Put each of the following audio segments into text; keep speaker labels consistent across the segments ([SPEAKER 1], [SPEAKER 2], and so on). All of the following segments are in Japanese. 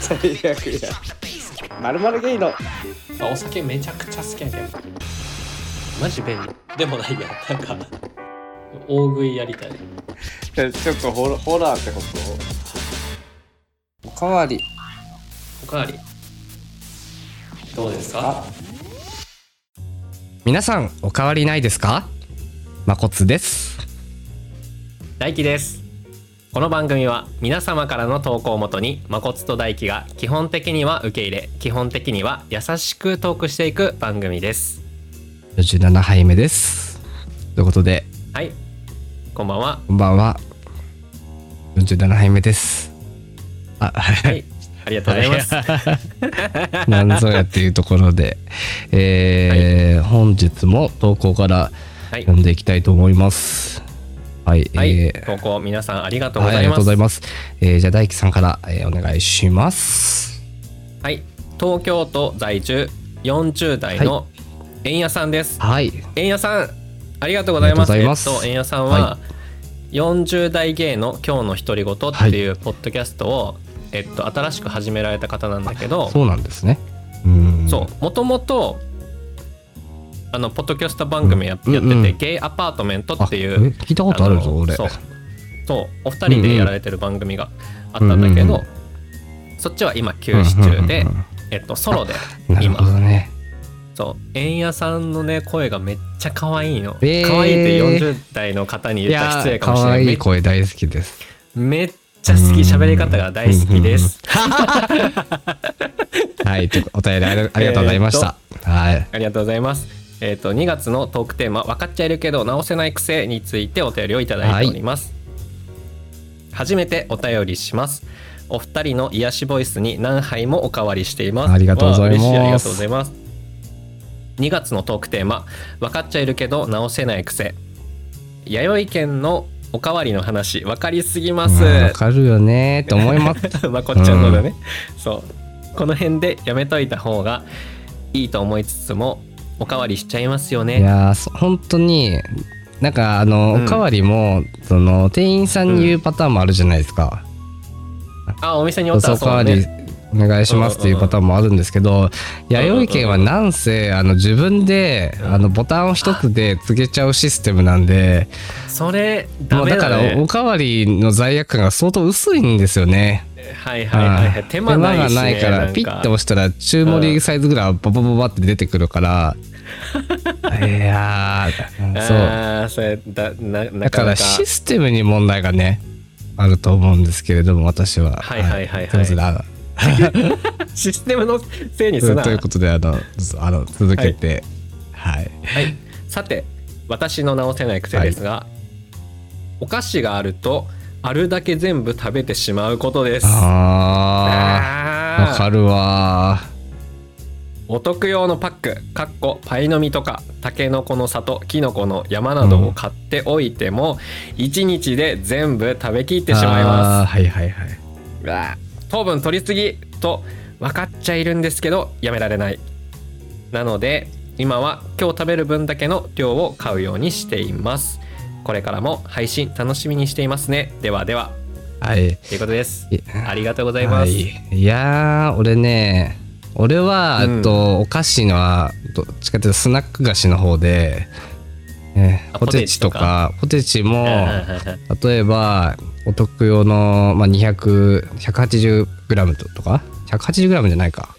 [SPEAKER 1] 最悪やまるまるゲイの
[SPEAKER 2] あお酒めちゃくちゃ好きやけどマジ便利でもないやなんか大食いやりたい
[SPEAKER 1] ちょっとホラホラーってことおかわり
[SPEAKER 2] おかわりどうですか
[SPEAKER 3] 皆さんお変わりないですかまこつです
[SPEAKER 2] 大輝ですこの番組は皆様からの投稿をもとにまこつと大輝が基本的には受け入れ基本的には優しくトークしていく番組です
[SPEAKER 3] 47杯目ですということで
[SPEAKER 2] はいこんばん は
[SPEAKER 3] こんばんは47杯目ですあ
[SPEAKER 2] は
[SPEAKER 3] はい
[SPEAKER 2] いありがとうございます
[SPEAKER 3] なんぞやっていうところで、えー本日も投稿から
[SPEAKER 2] はい
[SPEAKER 3] 読んでいきたいと思いますはい、
[SPEAKER 2] はい
[SPEAKER 3] えー
[SPEAKER 2] 投稿皆さんありがとうご
[SPEAKER 3] はい、あ
[SPEAKER 2] ざ
[SPEAKER 3] り
[SPEAKER 2] い
[SPEAKER 3] がと
[SPEAKER 2] ま
[SPEAKER 3] うご
[SPEAKER 2] す
[SPEAKER 3] ざいます。えーじゃあ大輝さんから、えーお願いします。
[SPEAKER 2] はい、東京都在住40代の円谷さんです。
[SPEAKER 3] はい、
[SPEAKER 2] 円谷さん、ありがとうございます。
[SPEAKER 3] ありがとうござ
[SPEAKER 2] えっと、
[SPEAKER 3] います
[SPEAKER 2] 円谷さんは、
[SPEAKER 3] は
[SPEAKER 2] 40代芸の今日の独り言って
[SPEAKER 3] はい
[SPEAKER 2] いうポッドキャストを、えっと新しく始められた方なんだけど、
[SPEAKER 3] そうなんですね。うん、
[SPEAKER 2] そう、もともとあのポッドキャスト番組ややってて、
[SPEAKER 3] うんうん
[SPEAKER 2] ゲイアパートメント
[SPEAKER 3] あ
[SPEAKER 2] っていう
[SPEAKER 3] え聞いたことあるぞ、俺。
[SPEAKER 2] そうそうお二人でやられてる番組があったんだけど、
[SPEAKER 3] うんうん
[SPEAKER 2] そっちは今休止中で、
[SPEAKER 3] うんうんうん
[SPEAKER 2] えっと、ソロで
[SPEAKER 3] なるほ
[SPEAKER 2] 今
[SPEAKER 3] どね。
[SPEAKER 2] そう円谷さんのね声がめっちゃ可愛いの、
[SPEAKER 3] えー
[SPEAKER 2] 可愛いって40代の方に言ったら失礼かもしれ
[SPEAKER 3] 可
[SPEAKER 2] ない
[SPEAKER 3] 愛い
[SPEAKER 2] め
[SPEAKER 3] 声大好きです。
[SPEAKER 2] めっちゃ好き喋り方が大好きです、
[SPEAKER 3] はい、というお便りありありがとうございました。はい、
[SPEAKER 2] ありがとうございますえっ、と2月のトークテーマ「分かっちゃいるけど直せない癖」についてお便りをいただいております、初めてお便りしますお二人の癒しボイスに何杯もおかわりしています
[SPEAKER 3] ありがとうございます
[SPEAKER 2] わあ嬉しありがとうございます2月のトークテーマ「分かっちゃいるけど直せない癖」弥生県のおかわりの話分かりすぎます
[SPEAKER 3] うんわかるよねーと思いま す。
[SPEAKER 2] まこっちゃんのだね、そうこの辺でやめといた方がいいと思いつつもおかわりしちゃいますよ
[SPEAKER 3] い
[SPEAKER 2] ね
[SPEAKER 3] やーそ本当になんかあの、
[SPEAKER 2] うん
[SPEAKER 3] おかわりもその店員さんに言うパターンもあるじゃないですか。
[SPEAKER 2] あお店にお
[SPEAKER 3] お
[SPEAKER 2] ったら
[SPEAKER 3] お
[SPEAKER 2] そうだ
[SPEAKER 3] かわり
[SPEAKER 2] ね
[SPEAKER 3] お願いしますっていうパターンもあるんですけど弥生県はなんせあの自分であのボタンを一つで告げちゃうシステムなんで
[SPEAKER 2] それ
[SPEAKER 3] も
[SPEAKER 2] ダ
[SPEAKER 3] う
[SPEAKER 2] メ
[SPEAKER 3] だか
[SPEAKER 2] だ
[SPEAKER 3] らお
[SPEAKER 2] ね
[SPEAKER 3] かわりの罪悪感が相当薄いんですよね。
[SPEAKER 2] はいはいはいは
[SPEAKER 3] う
[SPEAKER 2] い
[SPEAKER 3] ん
[SPEAKER 2] 手間ないし、ね、
[SPEAKER 3] 手間がないか
[SPEAKER 2] ん
[SPEAKER 3] らピッて押したら中盛りサイズぐらいババババって出てくる から。いやーそう。
[SPEAKER 2] あーそれだなな
[SPEAKER 3] だ
[SPEAKER 2] か
[SPEAKER 3] か
[SPEAKER 2] なか
[SPEAKER 3] らシステムに問題がねあると思うんですけれども私は
[SPEAKER 2] はいはいはいはい
[SPEAKER 3] とうことであの
[SPEAKER 2] システムのせいにすな
[SPEAKER 3] ということであのずあの続けてはい、
[SPEAKER 2] はい、さて私の直せない癖ですが、お菓子があるとあるだけ全部食べてしまうことです
[SPEAKER 3] ああ
[SPEAKER 2] あ
[SPEAKER 3] わ
[SPEAKER 2] ー
[SPEAKER 3] かるわ
[SPEAKER 2] お得用のパックかっこパイの実とかたけのこの里きのこの山などを買っておいても、1日で全部食べきってしまい
[SPEAKER 3] あー
[SPEAKER 2] ま
[SPEAKER 3] はいはいはい
[SPEAKER 2] すうわー糖分取りすぎと分かっちゃいるんですけどやめられないなので今は今日食べる分だけの量を買うようにしていますこれからも配信楽しみにしていますねではでは
[SPEAKER 3] はい
[SPEAKER 2] ということです
[SPEAKER 3] い
[SPEAKER 2] ありがとうございます、
[SPEAKER 3] はい、いやー俺ね俺は、
[SPEAKER 2] うん
[SPEAKER 3] えっとお菓子のはどっちかというとスナック菓子の方で、ね
[SPEAKER 2] あ
[SPEAKER 3] ポテチとかポテチも、
[SPEAKER 2] あ
[SPEAKER 3] 例えばお得用の、まあ、200180g とか 180g じゃないか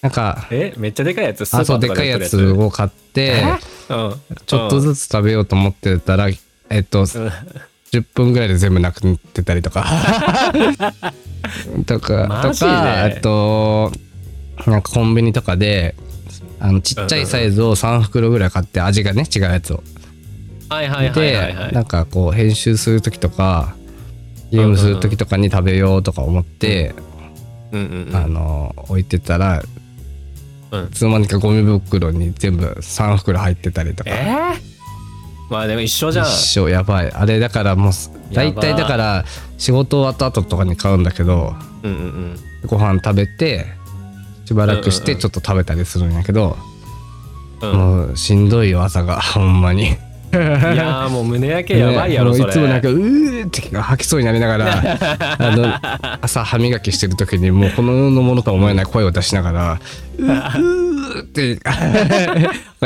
[SPEAKER 3] なん か
[SPEAKER 2] えめっちゃでかいやつスーパ
[SPEAKER 3] あ
[SPEAKER 2] ーと
[SPEAKER 3] そうでっ
[SPEAKER 2] で
[SPEAKER 3] か
[SPEAKER 2] 売
[SPEAKER 3] い
[SPEAKER 2] っ
[SPEAKER 3] や
[SPEAKER 2] てる
[SPEAKER 3] つを買って
[SPEAKER 2] うん
[SPEAKER 3] ちょっとずつ食べようと思ってたらえっと10
[SPEAKER 2] うん
[SPEAKER 3] 分ぐらいで全部なくなってたりとか とか
[SPEAKER 2] マ
[SPEAKER 3] と
[SPEAKER 2] ジで
[SPEAKER 3] かあとなんかコンビニとかであのちっちゃいサイズを3袋ぐらい買って味がね違うやつを
[SPEAKER 2] はいはいはいはい、は
[SPEAKER 3] で
[SPEAKER 2] い、
[SPEAKER 3] なんかこう編集する時とかゲームする時とかに食べようとか思って、
[SPEAKER 2] うんうんうん
[SPEAKER 3] あの置いてたら
[SPEAKER 2] うん
[SPEAKER 3] いつの間にかゴミ袋に全部3袋入ってたりとか、
[SPEAKER 2] えーまあでも一緒じゃん
[SPEAKER 3] 一生やばいあれだからもう
[SPEAKER 2] やばい
[SPEAKER 3] 大体だから仕事終わった後とかに買うんだけど
[SPEAKER 2] うんうんうん
[SPEAKER 3] ご飯食べてしばらくし
[SPEAKER 2] うん
[SPEAKER 3] て
[SPEAKER 2] うん
[SPEAKER 3] ちょっと食べたりするんやけど、
[SPEAKER 2] うん
[SPEAKER 3] もうしんどいよ朝が ほんまに
[SPEAKER 2] いやーもう胸焼けやばいやろ
[SPEAKER 3] ね
[SPEAKER 2] そ
[SPEAKER 3] もう
[SPEAKER 2] れ
[SPEAKER 3] いつもなんかうーって吐きそうになりな がらあの朝歯磨きしてる時にもうこの世のものとは思えない声を出しながら「うー」って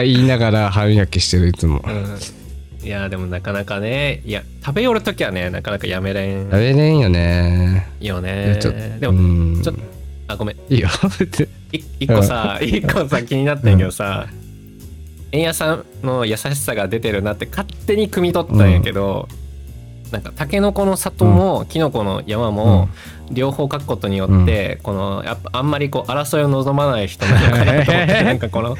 [SPEAKER 3] 言いながら歯磨きしてるいつも
[SPEAKER 2] うんいやーでもなかなかねいや食べよる時はねなかなかやめれん
[SPEAKER 3] 食べれんよね
[SPEAKER 2] よ
[SPEAKER 3] い
[SPEAKER 2] ね
[SPEAKER 3] やちょ
[SPEAKER 2] で
[SPEAKER 3] う
[SPEAKER 2] も
[SPEAKER 3] ん
[SPEAKER 2] ちょっとあごめん
[SPEAKER 3] いいよって
[SPEAKER 2] い一個さ一個さ気になったんやけどさ円谷さんの優しさが出てるなって勝手に汲み取ったんやけど、なんかタケノコの里も、キノコの山も、両方書くことによって、このやっぱあんまりこう争いを望まない人なのかなと思 ってなんかこの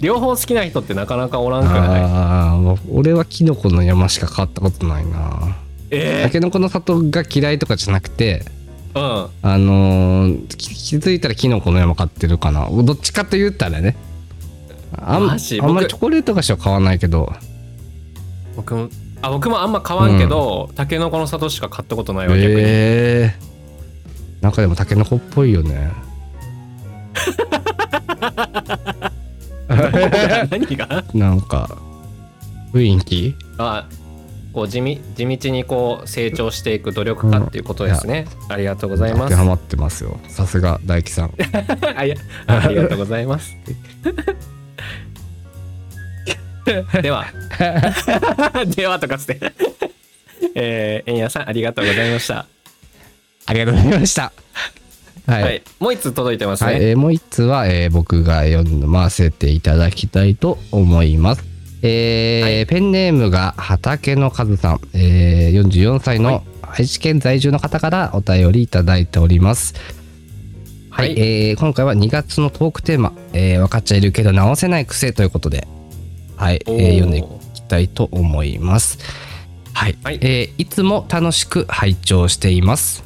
[SPEAKER 2] 両方好きな人ってなかなかおらんくない
[SPEAKER 3] ああ俺はキノコの山しか変わったことないな
[SPEAKER 2] え
[SPEAKER 3] タケノコの里が嫌いとかじゃなくて
[SPEAKER 2] えうん
[SPEAKER 3] あのーき気づいたらキノコの山買ってるかなどっちかと言ったらねあん
[SPEAKER 2] マジ
[SPEAKER 3] あんま
[SPEAKER 2] 僕
[SPEAKER 3] りチョコレート菓子は買わないけど
[SPEAKER 2] 僕もあ僕もあんま買わんけど、タケノコの里しか買ったことないわ逆に、
[SPEAKER 3] ええー、なんかでもタケノコっぽいよね
[SPEAKER 2] 何が
[SPEAKER 3] なんか雰囲気
[SPEAKER 2] あこう地味地道にこう成長していく努力家っていうことですね、ありがとうございま
[SPEAKER 3] 当て
[SPEAKER 2] す
[SPEAKER 3] はまってますよさすが大樹 さん
[SPEAKER 2] あいやありがとうございます では ではとかつって えー、円谷さんありがとうございました、
[SPEAKER 3] ありがとうございましたはい、
[SPEAKER 2] は
[SPEAKER 3] はい
[SPEAKER 2] い、もう一つ届いてますね、
[SPEAKER 3] えーもう一つは、えー僕が読ませていただきたいと思いますえー
[SPEAKER 2] はい
[SPEAKER 3] ペンネームが畑の和さん、えー44歳
[SPEAKER 2] はい
[SPEAKER 3] の愛知県在住の方からお便りいただいております
[SPEAKER 2] は
[SPEAKER 3] はいい、えー今回は2月のトークテーマ、えー分かっちゃいるけど直せない癖ということで、はい、え
[SPEAKER 2] お
[SPEAKER 3] ー
[SPEAKER 2] ー
[SPEAKER 3] 読んでいきたいと思います。はい、
[SPEAKER 2] はい
[SPEAKER 3] えーいつも楽しく拝聴しています。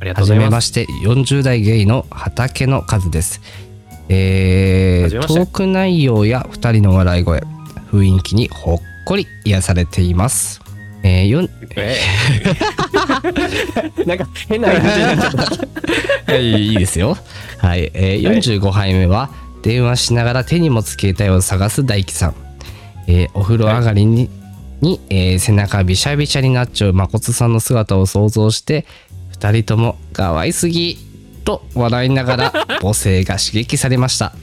[SPEAKER 2] ありがとうご
[SPEAKER 3] はじ
[SPEAKER 2] ざい
[SPEAKER 3] め
[SPEAKER 2] ま
[SPEAKER 3] ますして、40代ゲイの畑の数です。え
[SPEAKER 2] はじめ
[SPEAKER 3] ー、
[SPEAKER 2] ま
[SPEAKER 3] ト
[SPEAKER 2] して
[SPEAKER 3] ーク内容や2人の笑い声、雰囲気にほっこり癒されています。えーよん
[SPEAKER 2] えー なんか変な感じになっちゃった
[SPEAKER 3] はい、いいですよ。はい、えー、45杯目は、電話しながら手に持つ携帯を探す大樹さん。えーお風呂上がりに、にえー背中びしゃびしゃになっちゃう誠さんの姿を想像して、二人とも、かわいすぎ、と笑いながら、母性が刺激されました。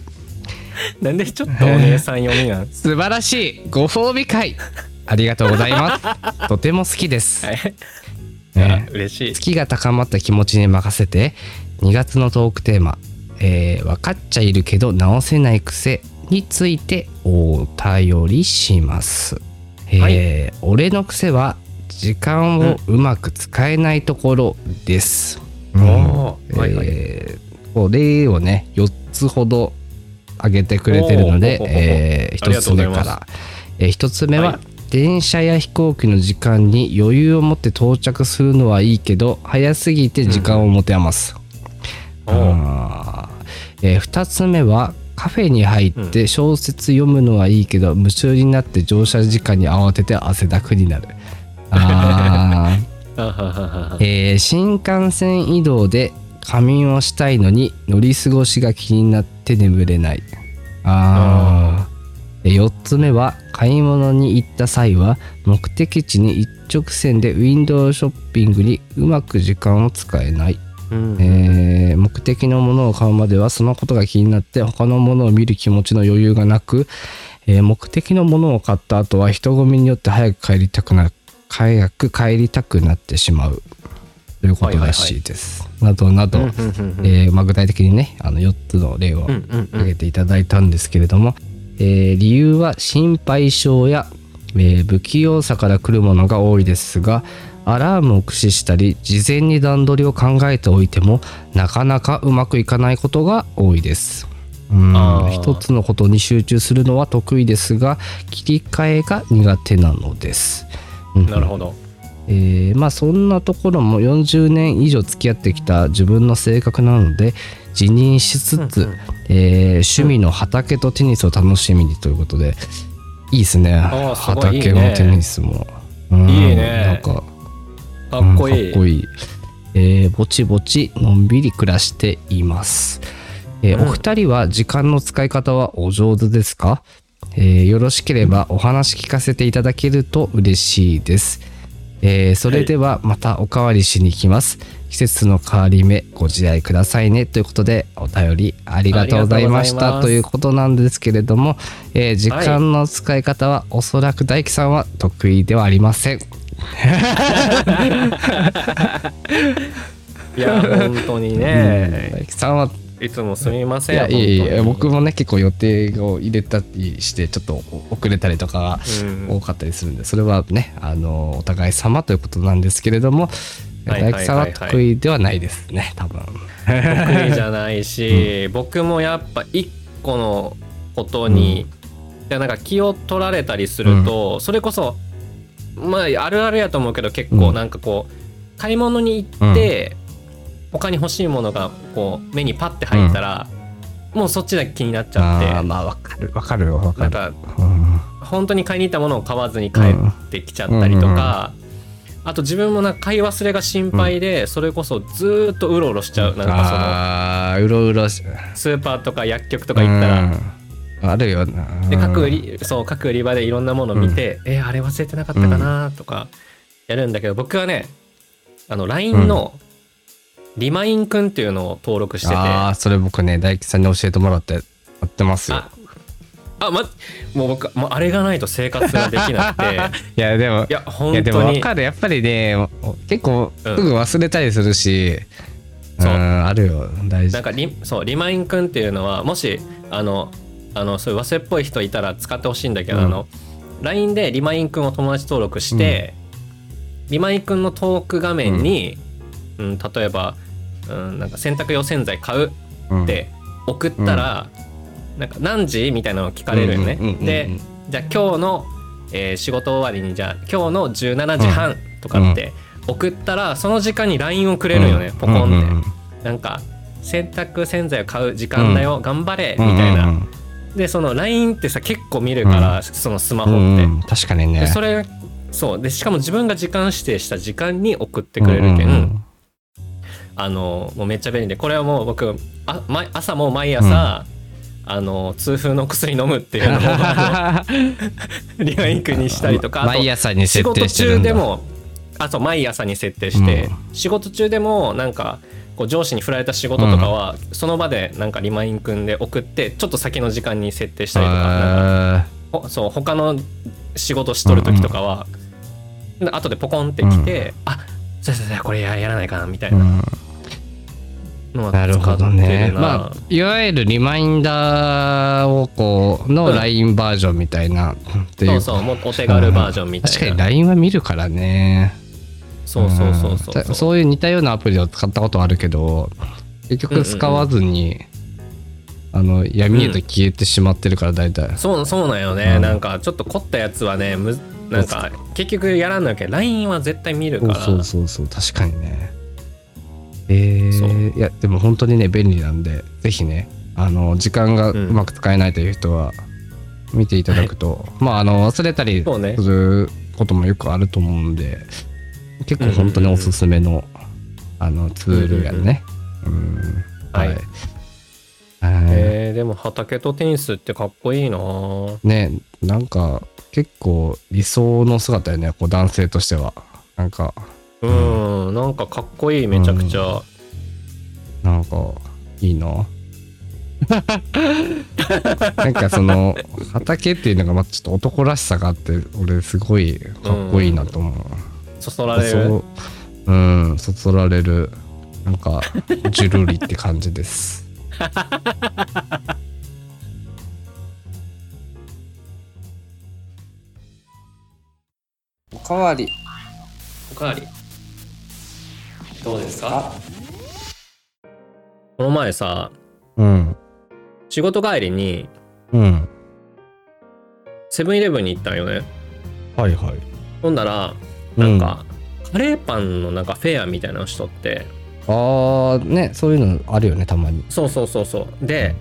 [SPEAKER 2] なんでちょっとお姉さん読みなん
[SPEAKER 3] 素晴らしいご褒美 会ありがとうございます。とても好きです。
[SPEAKER 2] はい
[SPEAKER 3] ね
[SPEAKER 2] あ嬉しい
[SPEAKER 3] 好きが高まった気持ちに任せて2月のトークテーマ「えー分かっちゃいるけど直せない癖」についてお便りします。えー俺の癖は時間をうまく使えないところです。う
[SPEAKER 2] お
[SPEAKER 3] ん
[SPEAKER 2] おーはいはい
[SPEAKER 3] えーこれをね4つほど挙げてくれてるので
[SPEAKER 2] おー、
[SPEAKER 3] え
[SPEAKER 2] ありが
[SPEAKER 3] 1
[SPEAKER 2] と
[SPEAKER 3] つ
[SPEAKER 2] うござ
[SPEAKER 3] 目
[SPEAKER 2] います
[SPEAKER 3] から、え1つ目は、
[SPEAKER 2] はい
[SPEAKER 3] 電車や飛行機の時間に余裕を持って到着するのはいいけど早すぎて時間を持て余す、
[SPEAKER 2] おー
[SPEAKER 3] あーえ2つ目はカフェに入って小説読むのはいいけど、夢中になって乗車時間に慌てて汗だくになる あー
[SPEAKER 2] あはははは
[SPEAKER 3] えー新幹線移動で仮眠をしたいのに乗り過ごしが気になって眠れないあー4つ目は買い物に行った際は目的地に一直線でウィンドウショッピングにうまく時間を使えない、
[SPEAKER 2] うん
[SPEAKER 3] えー目的のものを買うまではそのことが気になって他のものを見る気持ちの余裕がなく、えー目的のものを買った後は人混みによって早く帰りたくな早く帰りたくなってしまうということらしいです。などなど、えーまあ、具体的にねあの4つの例
[SPEAKER 2] うん
[SPEAKER 3] を
[SPEAKER 2] うんうん
[SPEAKER 3] 挙げていただいたんですけれども、えー理由は心配性や、えー不器用さから来るものが多いですがアラームを駆使したり事前に段取りを考えておいてもなかなかうまくいかないことが多いです。うん
[SPEAKER 2] あー
[SPEAKER 3] 一つのことに集中するのは得意ですが切り替えが苦手なのです。うん
[SPEAKER 2] なるほど
[SPEAKER 3] えーまあそんなところも40年以上付き合ってきた自分の性格なので辞任しつつ、
[SPEAKER 2] うんうん
[SPEAKER 3] えー趣味の畑とテニスを楽しみにということでいいですね
[SPEAKER 2] あーすごい
[SPEAKER 3] 畑もテニスもうん
[SPEAKER 2] いいね
[SPEAKER 3] なんか
[SPEAKER 2] かっこいい、
[SPEAKER 3] うんかっこいい、えーぼちぼちのんびり暮らしています、えー
[SPEAKER 2] うん
[SPEAKER 3] お二人は時間の使い方はお上手ですか、ええーよろしければお話聞かせていただけると嬉しいです。えーそれではまたおかわりしに来ます。季節の変わり目ご自愛くださいねということでお便りありがとうございまし
[SPEAKER 2] ありがとうございます
[SPEAKER 3] たということなんですけれども、えー時間の使い方はおそらく大樹さんは得意ではありません。
[SPEAKER 2] いや本当にね、
[SPEAKER 3] 大樹さんはい
[SPEAKER 2] つもすみま
[SPEAKER 3] い
[SPEAKER 2] せん
[SPEAKER 3] やいやいやいや
[SPEAKER 2] 本当
[SPEAKER 3] 僕
[SPEAKER 2] に
[SPEAKER 3] もね結構予定を入れたりしてちょっと遅れたりとかが
[SPEAKER 2] うん
[SPEAKER 3] 多かったりするんで、それはねあのお互い様ということなんですけれども
[SPEAKER 2] はいはい
[SPEAKER 3] 大
[SPEAKER 2] はいはい
[SPEAKER 3] 工さんは得意ではないですね多分
[SPEAKER 2] 得意じゃないし、僕もやっぱ一個のことに、いやなんか気を取られたりすると、それこそまああるあるやと思うけど結
[SPEAKER 3] う
[SPEAKER 2] 構
[SPEAKER 3] ん
[SPEAKER 2] なんかこう買い物に行って、他に欲しいものがこう目にパッて入ったら、もうそっちだけ気になっちゃ
[SPEAKER 3] あー
[SPEAKER 2] っ
[SPEAKER 3] まあわかるわかるわ
[SPEAKER 2] てな
[SPEAKER 3] か
[SPEAKER 2] ん
[SPEAKER 3] る
[SPEAKER 2] か
[SPEAKER 3] うん
[SPEAKER 2] 本当に買いに行ったものを買わずに帰ってきちゃったりとか、あと自分もなんか買い忘れが心配で、それこそずーっとうろうろしちゃうなんかその。
[SPEAKER 3] あーうろうろし
[SPEAKER 2] スーパーとか薬局とか行ったら、
[SPEAKER 3] うんあるよな
[SPEAKER 2] で各売りそう各売り場でいろんなものを見て、えーあれ忘れてなかったかなとかやるんだけど、僕はねあの LINE のリマインくんっていうのを登録してて、
[SPEAKER 3] あ
[SPEAKER 2] あ
[SPEAKER 3] あそれ僕ね大樹さんに教えてもらってやってますよ
[SPEAKER 2] あまもう僕もうあれがないと生活ができな くて
[SPEAKER 3] いやでも
[SPEAKER 2] いや
[SPEAKER 3] いや
[SPEAKER 2] 本
[SPEAKER 3] でも
[SPEAKER 2] 当
[SPEAKER 3] わ
[SPEAKER 2] に
[SPEAKER 3] かるやっぱりねお結構す
[SPEAKER 2] うん
[SPEAKER 3] ぐ忘れたりするし、う
[SPEAKER 2] そ
[SPEAKER 3] ん、
[SPEAKER 2] う
[SPEAKER 3] あるよ大事
[SPEAKER 2] なんかリそうリマインくんっていうのはもしあのあのそういう忘れっぽい人いたら使ってほしいんだけど、
[SPEAKER 3] うん
[SPEAKER 2] あの LINE でリマインくんを友達登録して、リマインくんのトーク画面に、うん例えば、うん、なんか洗濯用洗剤買う
[SPEAKER 3] うん
[SPEAKER 2] って送ったら、なんか何時みたいなのを聞かれるよね。
[SPEAKER 3] うんうんうんうん
[SPEAKER 2] でじゃあ今日の、えー仕事終わりにじゃあ今日の17時半とかって送ったら、その時間に LINE をくれるよね、ポコンって。
[SPEAKER 3] うんうんうん
[SPEAKER 2] なんか洗濯洗剤を買う時間だよ、頑張れみ
[SPEAKER 3] うんうんうん
[SPEAKER 2] たいな、でその LINE ってさ結構見るから、
[SPEAKER 3] う
[SPEAKER 2] そのスマ
[SPEAKER 3] う
[SPEAKER 2] ホって、
[SPEAKER 3] んうん確かにね
[SPEAKER 2] でそれそうでしかも自分が時間指定した時間に送ってくれるけん、
[SPEAKER 3] うんうん
[SPEAKER 2] あのもうめっちゃ便利でこれはもう僕あ毎朝もう毎朝、あの痛風の薬飲むっていうの をあのリマインクにしたり とかあと
[SPEAKER 3] 毎朝に
[SPEAKER 2] 仕
[SPEAKER 3] 設
[SPEAKER 2] 事
[SPEAKER 3] 定してる
[SPEAKER 2] 中
[SPEAKER 3] んだ
[SPEAKER 2] でもあと毎朝に設定して、仕事中でもなんかこう上司に振られた仕事とかは、その場でなんかリマインくんで送ってちょっと先の時間に設定したりとかなんか
[SPEAKER 3] あ
[SPEAKER 2] ほそう他の仕事しとる時とかは、で後でポコンって来て、あそうそうそうこれややらないかなみたい
[SPEAKER 3] ーう
[SPEAKER 2] なんのは
[SPEAKER 3] なる
[SPEAKER 2] 使
[SPEAKER 3] ほ
[SPEAKER 2] って
[SPEAKER 3] ど
[SPEAKER 2] るな,、
[SPEAKER 3] ねまあいわゆるリマインダーをこうの
[SPEAKER 2] うん
[SPEAKER 3] LINE バージョンみたいなってい
[SPEAKER 2] そう
[SPEAKER 3] う
[SPEAKER 2] そうもうお手軽バージョンみたいな
[SPEAKER 3] 確かに LINE は見るからね
[SPEAKER 2] そうそうそうそう
[SPEAKER 3] うんたそういう似たようなアプリを使ったことはあるけど結局使わずに、あの闇へと消えてしまってるから大体、
[SPEAKER 2] そうそうなんよね、
[SPEAKER 3] うん
[SPEAKER 2] なんかちょっと凝ったやつはねむなんか結局やらなきゃ LINE は絶対見るから
[SPEAKER 3] そうそうそうそう確かにねえ
[SPEAKER 2] そう
[SPEAKER 3] ー、いやでも本当にね便利なんでぜひねあの時間がう
[SPEAKER 2] うん
[SPEAKER 3] まく使えないという人は見ていただくと、まああの忘れたり
[SPEAKER 2] そうね
[SPEAKER 3] することもよくあると思うんで、結構本当におすすめの,、あのツールやね、うん
[SPEAKER 2] はい
[SPEAKER 3] はい
[SPEAKER 2] えーでも畑とテニスってかっこいいなぁ
[SPEAKER 3] ねなんか結構理想の姿やねこう男性としてはなんか
[SPEAKER 2] うん、なんかかっこいいめちゃくちゃ、
[SPEAKER 3] なんかいい ななんかその畑っていうのがまあちょっと男らしさがあって俺すごいかっこいいなと思う、
[SPEAKER 2] そそられる
[SPEAKER 3] そううんそそられるなんかジュルリって感じです
[SPEAKER 1] おかわり
[SPEAKER 2] おかわりどうですか
[SPEAKER 1] あ
[SPEAKER 2] この前さ
[SPEAKER 3] うん
[SPEAKER 2] 仕事帰りに
[SPEAKER 3] うん
[SPEAKER 2] セブンイレブンに行ったんよね
[SPEAKER 3] はいはい
[SPEAKER 2] ほんならなんか、カレーパンのなんかフェアみたいなのしとって
[SPEAKER 3] ああねそういうのあるよねたまに
[SPEAKER 2] そうそうそうそうで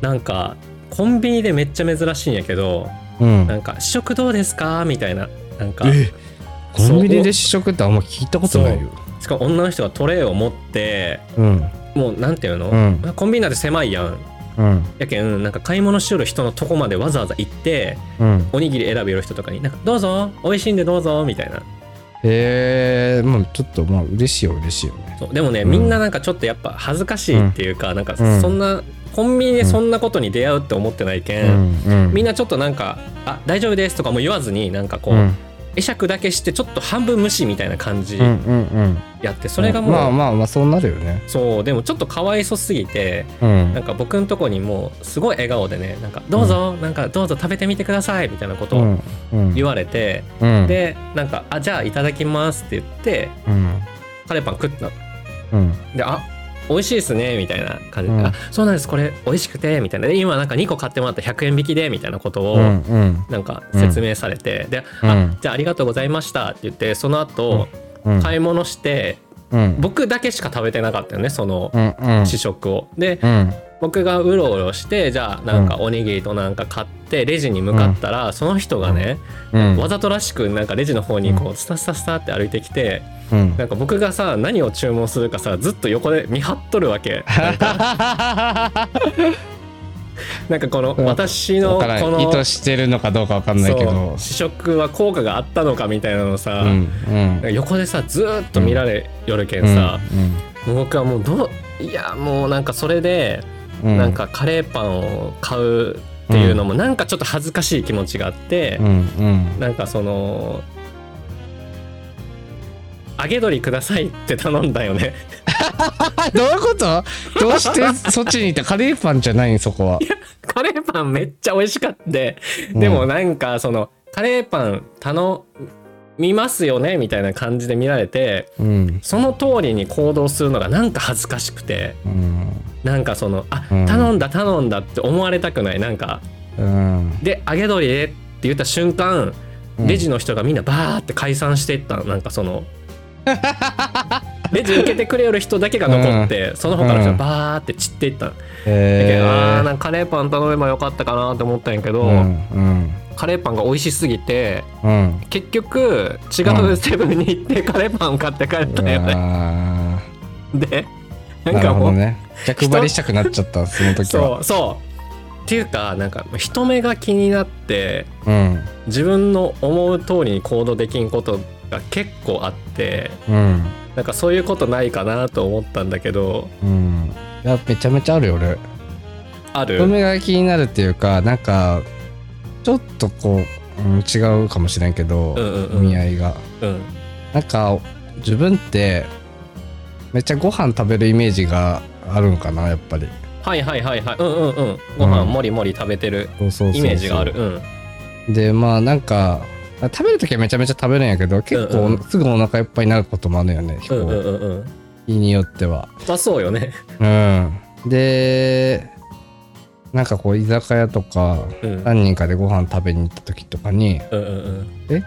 [SPEAKER 2] なんかコンビニでめっちゃ珍しいんやけど
[SPEAKER 3] うん
[SPEAKER 2] なんか試食どうですかみたいななんか
[SPEAKER 3] えコ
[SPEAKER 2] そう
[SPEAKER 3] ンビニで試食ってあんま聞いたことないよ。
[SPEAKER 2] しかも女の人がトレイを持って
[SPEAKER 3] うん。
[SPEAKER 2] もうなんていうの、
[SPEAKER 3] うん
[SPEAKER 2] コンビニなんて狭いやん
[SPEAKER 3] うん
[SPEAKER 2] やけんなんか買い物しよる人のとこまでわざわざ行って
[SPEAKER 3] うん
[SPEAKER 2] おにぎり選べる人とかになんか「どうぞ美味しいんでどうぞ」みたいな
[SPEAKER 3] へえもうちょっとまあ嬉しいよ嬉しいよね
[SPEAKER 2] そうでもね、
[SPEAKER 3] うん
[SPEAKER 2] みんななんかちょっとやっぱ恥ずかしいっていうか、なんか
[SPEAKER 3] うん
[SPEAKER 2] そんなコンビニでそんなことに出会うって思ってないけ、
[SPEAKER 3] うんんう
[SPEAKER 2] みん
[SPEAKER 3] な
[SPEAKER 2] なちょっとなんか「あ大丈夫です」とかも言わずになんかこう、
[SPEAKER 3] うん
[SPEAKER 2] 会釈だけしてちょっと半分無視みたいな感じ
[SPEAKER 3] うんうんうん
[SPEAKER 2] やって、それがもう、
[SPEAKER 3] まあまあまあそうなるよね
[SPEAKER 2] そうでもちょっとかわいそすぎて
[SPEAKER 3] うん
[SPEAKER 2] なんか僕のとこにもうすごい笑顔でね「なんかどうぞ、なんかどうぞ食べてみてください」みたいなことを
[SPEAKER 3] うん
[SPEAKER 2] 言われて、
[SPEAKER 3] うん
[SPEAKER 2] でなんか「あじゃあいただきます」って言って
[SPEAKER 3] うん
[SPEAKER 2] カレーパン食ったの
[SPEAKER 3] うん
[SPEAKER 2] で「あ美味しいですね」みたいな感じで「
[SPEAKER 3] うん
[SPEAKER 2] あそうなんですこれ美味しくて」みたいなで今なんか2個買ってもらった100円引きでみたいなことを、
[SPEAKER 3] うんうん
[SPEAKER 2] なんか説明されて、で、
[SPEAKER 3] うん
[SPEAKER 2] あじゃあありがとうございましたって言ってその後、
[SPEAKER 3] うん
[SPEAKER 2] 買い物して
[SPEAKER 3] うん
[SPEAKER 2] 僕だけしか食べてなかったよねその
[SPEAKER 3] うんうん
[SPEAKER 2] 試食を。で
[SPEAKER 3] うん
[SPEAKER 2] 僕がうろうろしてじゃあなんかおにぎりとなんか買ってレジに向かったら、その人がね、
[SPEAKER 3] うん
[SPEAKER 2] わざとらしくなんかレジの方にこうスタスタスタって歩いてきて、
[SPEAKER 3] うん
[SPEAKER 2] なんか僕がさ何を注文するかさずっと横で見張っとるわけ なんかなんかこの
[SPEAKER 3] うん
[SPEAKER 2] 私の
[SPEAKER 3] わ
[SPEAKER 2] こ
[SPEAKER 3] からん意
[SPEAKER 2] の
[SPEAKER 3] 図してるのかどうかわかんないけ
[SPEAKER 2] そ
[SPEAKER 3] ど
[SPEAKER 2] う試食は効果があったのかみたいなのさ、
[SPEAKER 3] うんうん
[SPEAKER 2] 横でさずーっと見られよるけんさ、僕はもうどういやもうなんかそれで
[SPEAKER 3] うんうん
[SPEAKER 2] なんかカレーパンを買うっていうのもなんかちょっと恥ずかしい気持ちがあって
[SPEAKER 3] う、んうん
[SPEAKER 2] なんかその揚げ鶏くださいって頼んだよね
[SPEAKER 3] あどういうことどうしてそっちにいたカレーパンじゃないんそこは
[SPEAKER 2] カレーパンめっちゃ美味しかったでもなんかそのカレーパン頼みますよねみたいな感じで見られて
[SPEAKER 3] うん
[SPEAKER 2] その通りに行動するのがなんか恥ずかしくて
[SPEAKER 3] うん
[SPEAKER 2] なんかそのあ
[SPEAKER 3] うん
[SPEAKER 2] 頼んだ頼んだって思われたくないなんか
[SPEAKER 3] うん
[SPEAKER 2] で揚げ鶏でって言った瞬間
[SPEAKER 3] うん
[SPEAKER 2] レジの人がみんなバーって解散していったのなんかそのレジ受けてくれよる人だけが残って、その他の人がバーって散っていったの、だけ
[SPEAKER 3] え
[SPEAKER 2] どあー
[SPEAKER 3] ー
[SPEAKER 2] なんかカレーパン頼めばよかったかなって思ったんやけど、
[SPEAKER 3] うんうん
[SPEAKER 2] カレーパンが美味しすぎて
[SPEAKER 3] うん
[SPEAKER 2] 結局違
[SPEAKER 3] う
[SPEAKER 2] うんセブンに行ってカレーパンを買って帰ったよね、
[SPEAKER 3] あ
[SPEAKER 2] で
[SPEAKER 3] ー
[SPEAKER 2] なんか
[SPEAKER 3] るほ
[SPEAKER 2] もう、
[SPEAKER 3] どね逆張りしたくなっちゃったその時は
[SPEAKER 2] そうそうっていうかなんか人目が気になって
[SPEAKER 3] うん
[SPEAKER 2] 自分の思う通りに行動できんことが結構あって
[SPEAKER 3] うん
[SPEAKER 2] なんかそういうことないかなと思ったんだけど
[SPEAKER 3] うんいやめちゃめちゃあるよ俺
[SPEAKER 2] あ
[SPEAKER 3] 人
[SPEAKER 2] る
[SPEAKER 3] 目が気になるっていうかなんかちょっとこう、うん、違うかもしれんけど、
[SPEAKER 2] うんうんうん
[SPEAKER 3] 意味合いが
[SPEAKER 2] うん
[SPEAKER 3] なんか自分ってめっちゃご飯食べるイメージがあるんかなやっぱり
[SPEAKER 2] はいはいはいはいうんうんうんご飯
[SPEAKER 3] うん
[SPEAKER 2] もりもり食べてる
[SPEAKER 3] そうそうそうそう
[SPEAKER 2] イメージがあるうん
[SPEAKER 3] でまあなんか食べる時はめちゃめちゃ食べるんやけど結
[SPEAKER 2] うん
[SPEAKER 3] 構
[SPEAKER 2] うん
[SPEAKER 3] すぐお腹いっぱいになることもあるよ
[SPEAKER 2] うん
[SPEAKER 3] ね、
[SPEAKER 2] うん
[SPEAKER 3] 飛行
[SPEAKER 2] うんうん
[SPEAKER 3] 機によっては
[SPEAKER 2] まあそうよね
[SPEAKER 3] うんでなんかこう居酒屋とか
[SPEAKER 2] うんうん
[SPEAKER 3] 何人かでご飯食べに行った時とかに
[SPEAKER 2] うんうん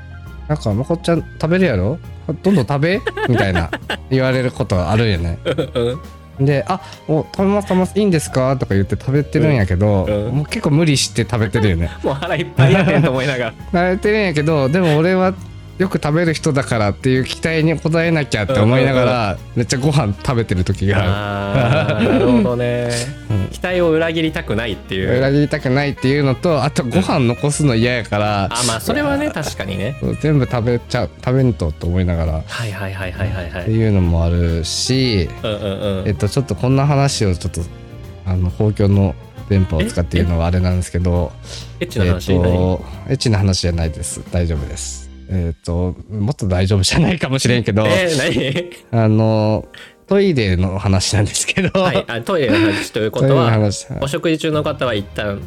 [SPEAKER 3] なんか、まこっちゃん食べるやろどんどん食べみたいな言われることあるよね。
[SPEAKER 2] うん
[SPEAKER 3] で、あもう食べます食べますいいんですかとか言って食べてるんやけど、
[SPEAKER 2] うんうん
[SPEAKER 3] もう結構無理して食べてるよね。
[SPEAKER 2] もう腹いっぱいやねんと思いな がら
[SPEAKER 3] 慣れてるんやけど、でも俺はよく食べる人だからっていう期待に応えなきゃって思いながら、めっちゃご飯食べてる時がある。
[SPEAKER 2] あーなるほどね
[SPEAKER 3] うん
[SPEAKER 2] 期待を裏切りたくないっていう
[SPEAKER 3] 裏切りたくないっていうのと、あとご飯残すの嫌やから、
[SPEAKER 2] あまあそれはね確かにね
[SPEAKER 3] 全部食べちゃう、食べんとと思いながらっ
[SPEAKER 2] はいはいはいはいはいは
[SPEAKER 3] て
[SPEAKER 2] い
[SPEAKER 3] いうのもあるし、
[SPEAKER 2] うんうんうん
[SPEAKER 3] えっと、ちょっとこんな話をちょっとあの公共の電波を使って言うのはあれなんですけど
[SPEAKER 2] エッチ
[SPEAKER 3] え
[SPEAKER 2] な
[SPEAKER 3] っ
[SPEAKER 2] 話何
[SPEAKER 3] とエッチな話じゃないです大丈夫ですえっともっと大丈夫じゃないかもしれんけど、
[SPEAKER 2] えー
[SPEAKER 3] あのトイレの話なんですけど、
[SPEAKER 2] 何 はいあトイレの話というこ
[SPEAKER 3] トイレ
[SPEAKER 2] と
[SPEAKER 3] の
[SPEAKER 2] は
[SPEAKER 3] 話
[SPEAKER 2] お食事中の方は一旦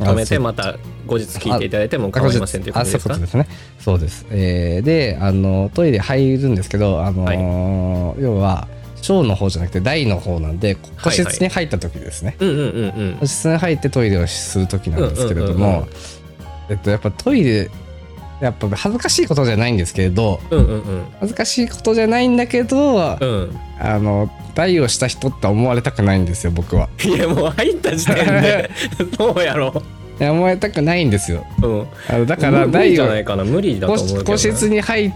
[SPEAKER 2] 止めてまた後日聞いていただいても構いませんというこ
[SPEAKER 3] あ
[SPEAKER 2] とで
[SPEAKER 3] そういう
[SPEAKER 2] す
[SPEAKER 3] こ
[SPEAKER 2] か
[SPEAKER 3] とですねそうです、えーであのトイレ入るんですけどあのー要は小の方じゃなくて大の方なんで個
[SPEAKER 2] はい
[SPEAKER 3] 室
[SPEAKER 2] は
[SPEAKER 3] に入った時ですね、
[SPEAKER 2] うんうんうんうん
[SPEAKER 3] 個室に入ってトイレをする時なんですけれど
[SPEAKER 2] うんうんうんう
[SPEAKER 3] も
[SPEAKER 2] ん、
[SPEAKER 3] えっと、やっぱトイレやっぱ恥ずかしいことじゃないんですけれど
[SPEAKER 2] うんうん
[SPEAKER 3] 恥ずかしいことじゃないんだけど、あ
[SPEAKER 2] うんうん
[SPEAKER 3] の代をした人って思われたくないんですよ僕はい
[SPEAKER 2] やもう入った時点 でそうやろ
[SPEAKER 3] いや思われたくないんですよ
[SPEAKER 2] うん
[SPEAKER 3] あのだか
[SPEAKER 2] 無
[SPEAKER 3] ら
[SPEAKER 2] 無理
[SPEAKER 3] 代
[SPEAKER 2] じゃ
[SPEAKER 3] を
[SPEAKER 2] ないかな無理だと
[SPEAKER 3] 個
[SPEAKER 2] 思うけど
[SPEAKER 3] 室個室に入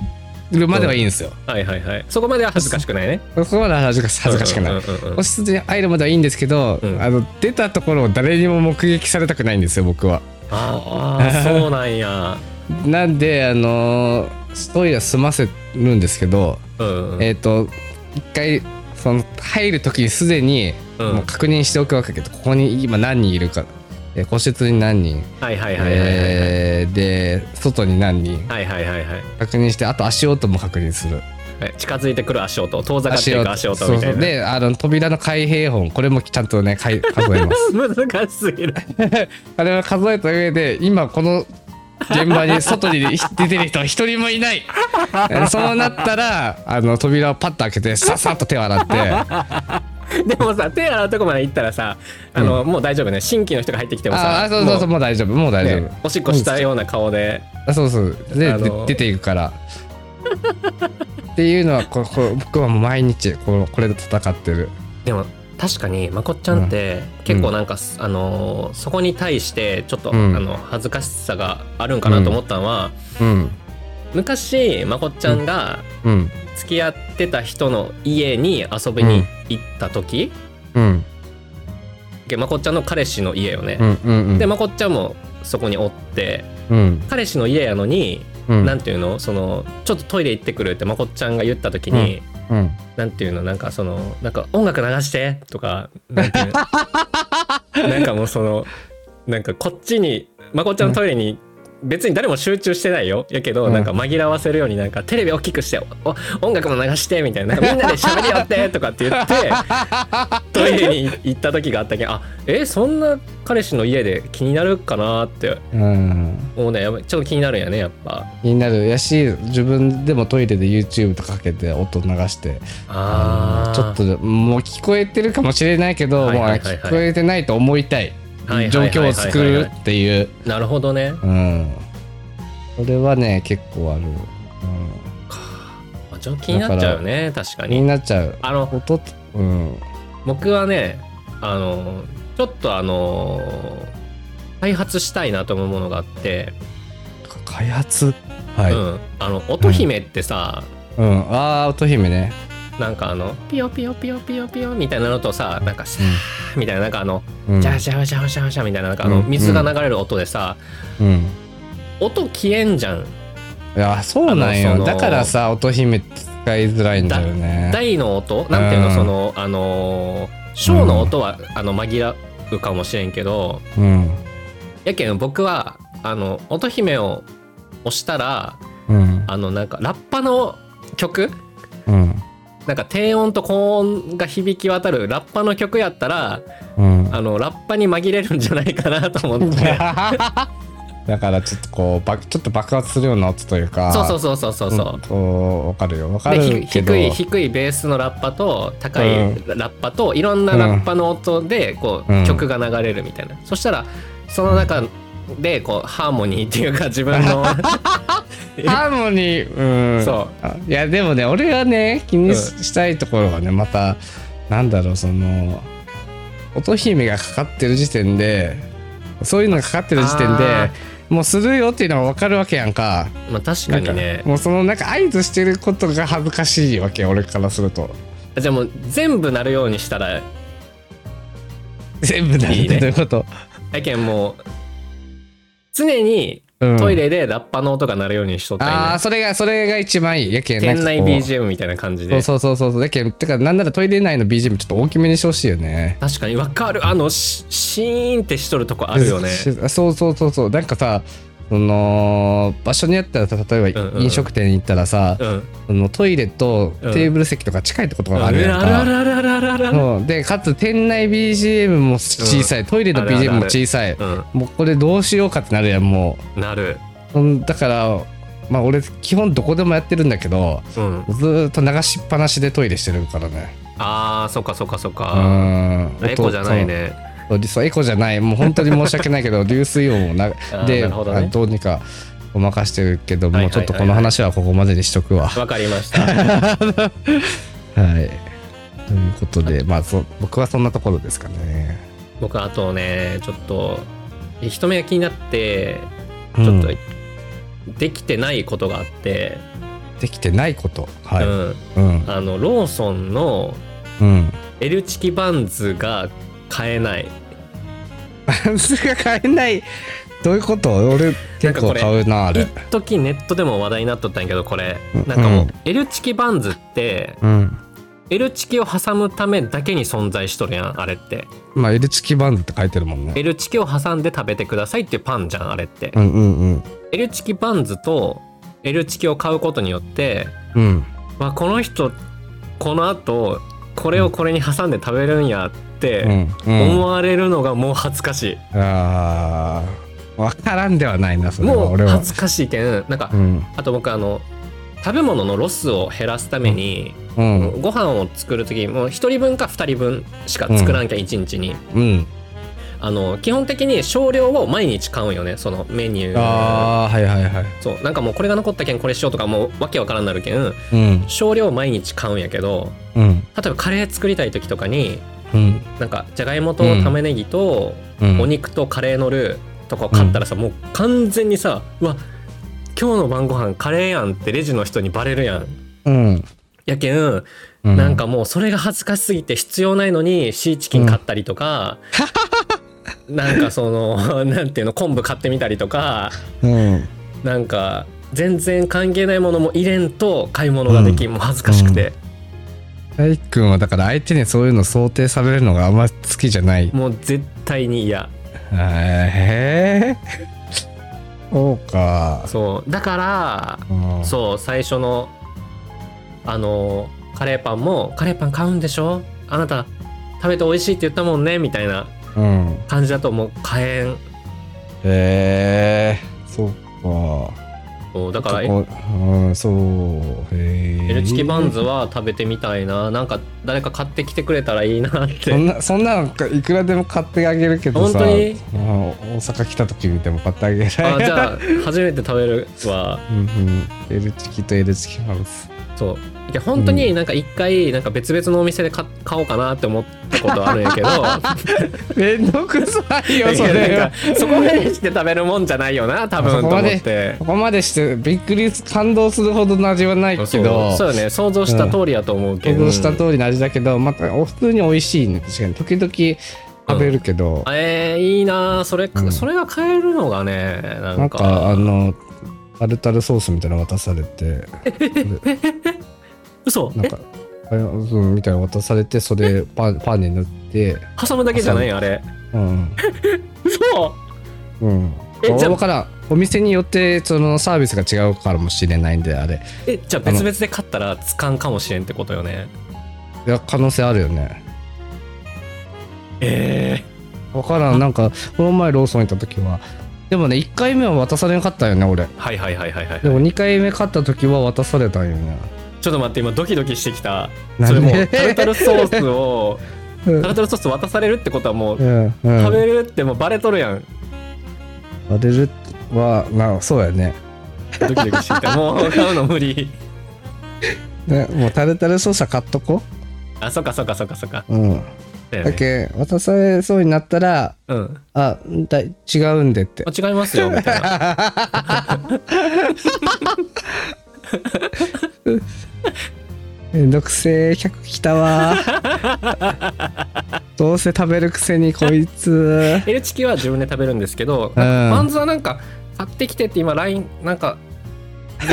[SPEAKER 3] るまではいいんですよ。
[SPEAKER 2] はいはいはいそこまでは恥ずかしくないね
[SPEAKER 3] そこまでは恥ずかし恥ずかしくない。
[SPEAKER 2] うんうんうんうん
[SPEAKER 3] 保湿に入るまではいいんですけど、
[SPEAKER 2] うん
[SPEAKER 3] あの出たところを誰にも目撃されたくないんですよ僕は。
[SPEAKER 2] ああそうなんや
[SPEAKER 3] なんであのートイレは済ませるんですけど、
[SPEAKER 2] うんうん
[SPEAKER 3] えっ、と一回その入る時にすでに
[SPEAKER 2] うん
[SPEAKER 3] もう確認しておくわけだけど、ここに今何人いるか、えー個室に何人、
[SPEAKER 2] はいはいはいはいはいはい
[SPEAKER 3] えーで外に何人
[SPEAKER 2] はいはいはいはい
[SPEAKER 3] 確認してあと足音も確認する。
[SPEAKER 2] はい近づいてくる足音遠ざかっていく足音みた
[SPEAKER 3] そう
[SPEAKER 2] い
[SPEAKER 3] そう
[SPEAKER 2] な
[SPEAKER 3] であの扉の開閉本これもちゃんとねかい 数えます
[SPEAKER 2] 難しすぎる
[SPEAKER 3] あれは数えた上で今この現場に外に出てる人は一人もいないえーそうなったらあの扉をパッと開けてさっさっと手を 洗って
[SPEAKER 2] でもさ手洗うとこまで行ったらさあの、もう大丈夫ね新規の人が入ってきてもさ
[SPEAKER 3] ああそうそうそう
[SPEAKER 2] も
[SPEAKER 3] もう大丈夫もう大丈夫、
[SPEAKER 2] ねおしっこしたような顔で、
[SPEAKER 3] あそうそうで、
[SPEAKER 2] あのー
[SPEAKER 3] で出ていくから っていうのはここ僕はもう毎日このこれで戦ってる
[SPEAKER 2] でも確かにまこっちゃんって結構なんか、あのーそこに対してちょっと、
[SPEAKER 3] うん
[SPEAKER 2] あの恥ずかしさがあるんかなと思ったのは、
[SPEAKER 3] うん
[SPEAKER 2] 昔まこっちゃんが
[SPEAKER 3] うん
[SPEAKER 2] 付き合ってた人の家に遊びに行った時、
[SPEAKER 3] うん
[SPEAKER 2] でまこっちゃんの彼氏の家よね、
[SPEAKER 3] うんうんうん
[SPEAKER 2] でまこっちゃんもそこにおって
[SPEAKER 3] うん
[SPEAKER 2] 彼氏の家やのに
[SPEAKER 3] うん
[SPEAKER 2] なんていうのそのちょっとトイレ行ってくるってまこっちゃんが言った時に、
[SPEAKER 3] うん
[SPEAKER 2] なんていうのなんかそのなんか音楽流してとかなんていう なんかもうそのなんかこっちにまこっちゃんのトイレに別に誰も集中してないよやけど、
[SPEAKER 3] うん
[SPEAKER 2] なんか紛らわせるようになんかテレビ大きくしてお音楽も流してみたい ななんかみんなで喋り合ってとかって言ってトイレに行った時があったけんあえそんな彼氏の家で気になるかなって
[SPEAKER 3] うん
[SPEAKER 2] もうねやっぱちょっと気になるんやねやっぱ。
[SPEAKER 3] になるやし自分でもトイレで YouTube とかけて音流して
[SPEAKER 2] あー
[SPEAKER 3] ちょっともう聞こえてるかもしれないけ
[SPEAKER 2] はい
[SPEAKER 3] ど、
[SPEAKER 2] はいはいはい
[SPEAKER 3] もう聞こえてないと思いたい
[SPEAKER 2] はいはい
[SPEAKER 3] 状
[SPEAKER 2] はいはいはい
[SPEAKER 3] 況を作るっていう
[SPEAKER 2] なるほどね
[SPEAKER 3] うんそれはね結構ある、うん、
[SPEAKER 2] あちょっと気になっちゃうよね確か
[SPEAKER 3] 気に
[SPEAKER 2] に。
[SPEAKER 3] なっちゃう
[SPEAKER 2] あの
[SPEAKER 3] 音うん
[SPEAKER 2] 僕はねあのちょっとあの開発したいなと思うものがあって、
[SPEAKER 3] か開発はい、う
[SPEAKER 2] うんん、あの音姫ってさ、
[SPEAKER 3] ああ乙姫ね
[SPEAKER 2] なんかあのピヨピヨピヨピヨピヨみたいなのとさなんかさーみたいななんかあの
[SPEAKER 3] うん
[SPEAKER 2] ジャージャージャージャージャーみたいななんかあの
[SPEAKER 3] うん
[SPEAKER 2] 水が流れる音でさ、
[SPEAKER 3] うん
[SPEAKER 2] 音消えんじゃん
[SPEAKER 3] いやそうなん
[SPEAKER 2] あのそ
[SPEAKER 3] よ
[SPEAKER 2] の
[SPEAKER 3] だからさ乙姫って使いづらいんだよね
[SPEAKER 2] 大の音なんていうの、
[SPEAKER 3] うん
[SPEAKER 2] そのあの小の音は、あの紛らうかもしれんけど
[SPEAKER 3] うん
[SPEAKER 2] やけん僕はあの音姫を押したら
[SPEAKER 3] うん
[SPEAKER 2] あのなんかラッパの曲
[SPEAKER 3] うん
[SPEAKER 2] なんか低音と高音が響き渡るラッパの曲やったら
[SPEAKER 3] うん
[SPEAKER 2] あのラッパに紛れるんじゃないかなと思って
[SPEAKER 3] だからちょっとこうばちょっと爆発するような音というか
[SPEAKER 2] そうそうそうそうそうそ
[SPEAKER 3] んこうわかるよわ
[SPEAKER 2] う
[SPEAKER 3] か
[SPEAKER 2] で
[SPEAKER 3] る
[SPEAKER 2] ひ
[SPEAKER 3] けど
[SPEAKER 2] 低い低いベースのラッパと高い
[SPEAKER 3] うん
[SPEAKER 2] ラッパといろんなラッパの音でこう、
[SPEAKER 3] うん
[SPEAKER 2] 曲が流れるみたいなそしたらその中でこうハーモニーっていうか自分 の
[SPEAKER 3] ハーモニーうん
[SPEAKER 2] そう
[SPEAKER 3] ういやでもね俺がね気にし,、たいところがねまたなんだろうその乙姫がかかってる時点でそういうのがかかってる時点
[SPEAKER 2] あ
[SPEAKER 3] でもうするよっていうのがわかるわけやんか
[SPEAKER 2] まあ確かに
[SPEAKER 3] なん
[SPEAKER 2] ね
[SPEAKER 3] かもうそのなんか合図してることが恥ずかしいわけ俺からすると
[SPEAKER 2] じゃあもう全部鳴るようにしたら
[SPEAKER 3] 全部だ
[SPEAKER 2] いいね
[SPEAKER 3] ねということ
[SPEAKER 2] やけんもう常に
[SPEAKER 3] うん
[SPEAKER 2] トイレでラッパの音が鳴るようにしとったらいいね
[SPEAKER 3] ああ、それが、それが一番いい。やけん、
[SPEAKER 2] 店内
[SPEAKER 3] なんかこう
[SPEAKER 2] BGM みたいな感じ
[SPEAKER 3] そ
[SPEAKER 2] で
[SPEAKER 3] うそうそうそうそう。やけん、てか、なんならトイレ内の BGM ちょっと大きめにしてほしいよね。
[SPEAKER 2] 確かにわかるあのシシーンってしとるとこあるよね
[SPEAKER 3] しそうそうそうそう。なんかさ、その、場所によってはさ、例えば
[SPEAKER 2] うんうんうん
[SPEAKER 3] 飲食店に行ったらさ、
[SPEAKER 2] うん
[SPEAKER 3] そのトイレと
[SPEAKER 2] うん
[SPEAKER 3] テーブル席とか近いってことが
[SPEAKER 2] あ
[SPEAKER 3] ある
[SPEAKER 2] る
[SPEAKER 3] やん
[SPEAKER 2] あるあ
[SPEAKER 3] か。
[SPEAKER 2] るあるあるあるある
[SPEAKER 3] そうで、かつ店内 BGM も小さい、トイレの
[SPEAKER 2] あるある
[SPEAKER 3] BGM も小さい。もうこれどうしようかってなるやん、も
[SPEAKER 2] うんなる
[SPEAKER 3] う。うんだから、まあ俺、基本どこでもやってるんだけど、
[SPEAKER 2] うん
[SPEAKER 3] ずーっと流しっぱなしでトイレしてるからね。
[SPEAKER 2] あーそっかそっかそっ
[SPEAKER 3] う
[SPEAKER 2] か
[SPEAKER 3] ん
[SPEAKER 2] エコじゃない。ね
[SPEAKER 3] 音そうそうエコじゃない。もう本当に申し訳ない けど、流水音をな
[SPEAKER 2] ー
[SPEAKER 3] で
[SPEAKER 2] なるほどね
[SPEAKER 3] あどうにかごまかしてるけど、
[SPEAKER 2] はい
[SPEAKER 3] も
[SPEAKER 2] は
[SPEAKER 3] う
[SPEAKER 2] い
[SPEAKER 3] ちょっとこの話はここまでにしとくわ。は
[SPEAKER 2] わかりました
[SPEAKER 3] い。ということで、まあそ僕はそんなところですかね。
[SPEAKER 2] 僕あとねちょっと人目が気になって
[SPEAKER 3] う
[SPEAKER 2] ちょっ
[SPEAKER 3] ん
[SPEAKER 2] とできてないことがあって、
[SPEAKER 3] できてないこと。はい。
[SPEAKER 2] うん、
[SPEAKER 3] うん。
[SPEAKER 2] あのローソンの
[SPEAKER 3] うん。
[SPEAKER 2] エルチキバンズが買えない
[SPEAKER 3] バンズが買えない。どういうこと俺
[SPEAKER 2] なん
[SPEAKER 3] 結
[SPEAKER 2] かこ
[SPEAKER 3] 構
[SPEAKER 2] れ
[SPEAKER 3] 買うな、あれ
[SPEAKER 2] 一。時ネットでも話題になっとったんやけどこれなんかもう、
[SPEAKER 3] うん
[SPEAKER 2] エルチキバンズって
[SPEAKER 3] うん。
[SPEAKER 2] エルチキを挟むためだけに存在しとるやんあれって
[SPEAKER 3] まあ、L チキバンズって書いてるもんね。
[SPEAKER 2] エルチキを挟んで食べてくださいっていうパンじゃんあれって、
[SPEAKER 3] うんうんうん。
[SPEAKER 2] エルチキバンズとエルチキを買うことによって、
[SPEAKER 3] うん。
[SPEAKER 2] まあ、この人このあとこれをこれに挟んで食べるんやって
[SPEAKER 3] うん。うん
[SPEAKER 2] 思われるのがもう恥ずかしい、
[SPEAKER 3] ああ、わからんではないな、それは
[SPEAKER 2] もう
[SPEAKER 3] 俺は
[SPEAKER 2] 恥。ずかしいけんなんか、
[SPEAKER 3] うん。
[SPEAKER 2] あと僕あの食べ物のロスを減らすために、
[SPEAKER 3] うん。
[SPEAKER 2] ご飯を作る時もう1人分か2人分しか作らなきゃ1日に、
[SPEAKER 3] うん。
[SPEAKER 2] あの基本的に少量を毎日買うんよねそのメニュー
[SPEAKER 3] ああ、はいはいはい。
[SPEAKER 2] そうなんかもうこれが残ったけんこれしようとかもうわけわからんなるけん
[SPEAKER 3] うん。
[SPEAKER 2] 少量を毎日買うんやけど
[SPEAKER 3] うん。
[SPEAKER 2] 例えばカレー作りたい時とかに
[SPEAKER 3] うん。
[SPEAKER 2] なんかじゃがいもと玉ねぎと
[SPEAKER 3] うん。
[SPEAKER 2] お肉とカレーのルーとかを買ったらさ、もう完全にさうわ今日の晩ご飯カレーやんってレジの人にバレるやん
[SPEAKER 3] うん。
[SPEAKER 2] やけん、
[SPEAKER 3] うん
[SPEAKER 2] なんかもうそれが恥ずかしすぎて必要ないのにシーチキン買ったりとか、なんかその なんていうの昆布買ってみたりとか
[SPEAKER 3] うん。
[SPEAKER 2] なんか全然関係ないものも入れんと買い物ができん、もう恥ずかしくて、
[SPEAKER 3] 大輝くんはだから相手にそういうの想定されるのがあんま好きじゃない。
[SPEAKER 2] もう絶対に嫌
[SPEAKER 3] へえ。そうか。
[SPEAKER 2] そうだから
[SPEAKER 3] うん
[SPEAKER 2] そう最初のあのカレーパンも「カレーパン買うんでしょあなた食べて美味しいって言ったもんね」みたいな
[SPEAKER 3] うん。へ
[SPEAKER 2] 感じだともう買えん
[SPEAKER 3] え。そうか。
[SPEAKER 2] そうだから
[SPEAKER 3] ちょっとこううん、そう。へえ。
[SPEAKER 2] エルチキバンズは食べてみたいななんか誰か買ってきてくれたらいいなっ
[SPEAKER 3] そん
[SPEAKER 2] て
[SPEAKER 3] なそんなのかいくらでも買ってあげるけどさ
[SPEAKER 2] 本当に
[SPEAKER 3] あの大阪来た時でも買ってあげない
[SPEAKER 2] あじゃあ初めて食べるは
[SPEAKER 3] うんうん、L チキと L チキハウス
[SPEAKER 2] そういや本当になんか一回なんか別々のお店で買買おうかなって思ったことはあるんやけ ど
[SPEAKER 3] めんどくさいよそ
[SPEAKER 2] い
[SPEAKER 3] れ
[SPEAKER 2] やなん
[SPEAKER 3] は
[SPEAKER 2] かそこまでして食べるもんじゃないよな多分
[SPEAKER 3] そ
[SPEAKER 2] と
[SPEAKER 3] こま
[SPEAKER 2] 思
[SPEAKER 3] で
[SPEAKER 2] って
[SPEAKER 3] ここまでしてびっくりす感動するほどの味はないけ
[SPEAKER 2] そう
[SPEAKER 3] ど
[SPEAKER 2] そうよね想像した通りやと思うけ
[SPEAKER 3] 想
[SPEAKER 2] ど、
[SPEAKER 3] 像した通りの味だけどまたお普通に美味しいね確かに時々食べるけど、
[SPEAKER 2] えー、いいなあそれ、
[SPEAKER 3] うん
[SPEAKER 2] それが買えるのがねな
[SPEAKER 3] なんん
[SPEAKER 2] か
[SPEAKER 3] かあのタルタルソースみたいなの渡されて
[SPEAKER 2] 嘘
[SPEAKER 3] なん
[SPEAKER 2] え
[SPEAKER 3] かあれうんみたいなの渡されてそれパンパンに塗って
[SPEAKER 2] 挟むだけじゃないあれ
[SPEAKER 3] うん
[SPEAKER 2] 嘘
[SPEAKER 3] うん。
[SPEAKER 2] えじゃあ
[SPEAKER 3] わからん。お店によってそのサービスが違うからもしれないんであれ。
[SPEAKER 2] えじゃあ別々で買ったらつかんかもしれんってことよね
[SPEAKER 3] いや可能性あるよね。
[SPEAKER 2] え
[SPEAKER 3] わからん。なんかこの前ローソン行った時は。でもね1回目は渡されなかったよね俺
[SPEAKER 2] えはいはいはいはいはい
[SPEAKER 3] でも2回目買った時は渡されたんよね
[SPEAKER 2] ちょっと待って今ドキドキしてきた
[SPEAKER 3] なん
[SPEAKER 2] それ
[SPEAKER 3] で
[SPEAKER 2] もうタルタルソースを
[SPEAKER 3] うん
[SPEAKER 2] タルタルソース渡されるってことはもう、
[SPEAKER 3] うんうん
[SPEAKER 2] 食べるってもうバレとるやん
[SPEAKER 3] バレるはまあそうやね
[SPEAKER 2] ドキドキしてきたもう買うの無理
[SPEAKER 3] ねもうタルタルソースは買っとこ
[SPEAKER 2] あそっかそっかそっかそっか
[SPEAKER 3] ううん
[SPEAKER 2] だよ
[SPEAKER 3] だ
[SPEAKER 2] ね
[SPEAKER 3] けん渡されそうになったら
[SPEAKER 2] うん
[SPEAKER 3] あだ違うんでって
[SPEAKER 2] あ違いますよみたいな
[SPEAKER 3] めんどくせえ客来 たわどうせ食べるくせにこい つ
[SPEAKER 2] エルチキは自分で食べるんですけど、
[SPEAKER 3] うん
[SPEAKER 2] バンズはなんか買ってきてって今 LINE なんか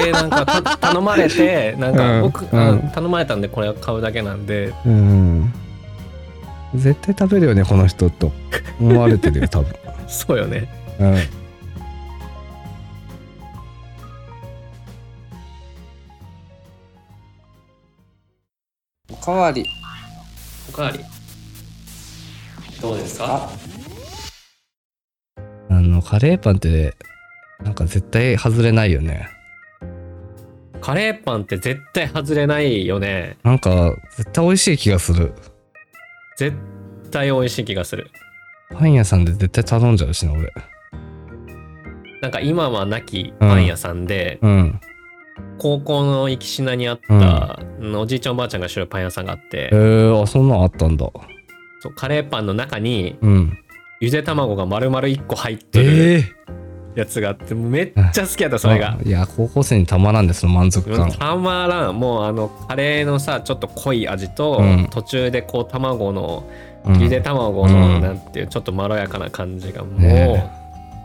[SPEAKER 2] でなんかた頼まれてなん
[SPEAKER 3] う
[SPEAKER 2] か
[SPEAKER 3] ん
[SPEAKER 2] 僕、
[SPEAKER 3] うん
[SPEAKER 2] あの頼まれたんでこれは買うだけなんで
[SPEAKER 3] うん絶対食べるよねこの人と思われてるよ 多分、
[SPEAKER 2] そうよね
[SPEAKER 3] うん、
[SPEAKER 1] おかわり
[SPEAKER 2] おかわりどうですか
[SPEAKER 3] あのカレーパンってなんか絶対外れないよね
[SPEAKER 2] カレーパンって絶対外れないよね
[SPEAKER 3] なんか絶対美味しい気がする
[SPEAKER 2] 絶対美味しい気がする
[SPEAKER 3] パン屋さんで絶対頼んじゃうしな俺
[SPEAKER 2] なんか今はなきパン屋さんで、
[SPEAKER 3] うん
[SPEAKER 2] 高校の行きしなにあった、おじいちゃんおばあちゃんがしてるパン屋さんがあって
[SPEAKER 3] え、ー、あそんなんあったんだ
[SPEAKER 2] そうカレーパンの中に
[SPEAKER 3] うん
[SPEAKER 2] ゆで卵が丸々1個入ってる
[SPEAKER 3] えー、
[SPEAKER 2] やつがあってもうめっちゃ好きやったそれが
[SPEAKER 3] あ。いや高校生にたまらんですの満足感
[SPEAKER 2] たまらんもうあのカレーのさちょっと濃い味と、
[SPEAKER 3] うん
[SPEAKER 2] 途中でこう卵の
[SPEAKER 3] うん
[SPEAKER 2] ゆで卵の、
[SPEAKER 3] うん
[SPEAKER 2] なんていうちょっとまろやかな感じがもう、
[SPEAKER 3] ね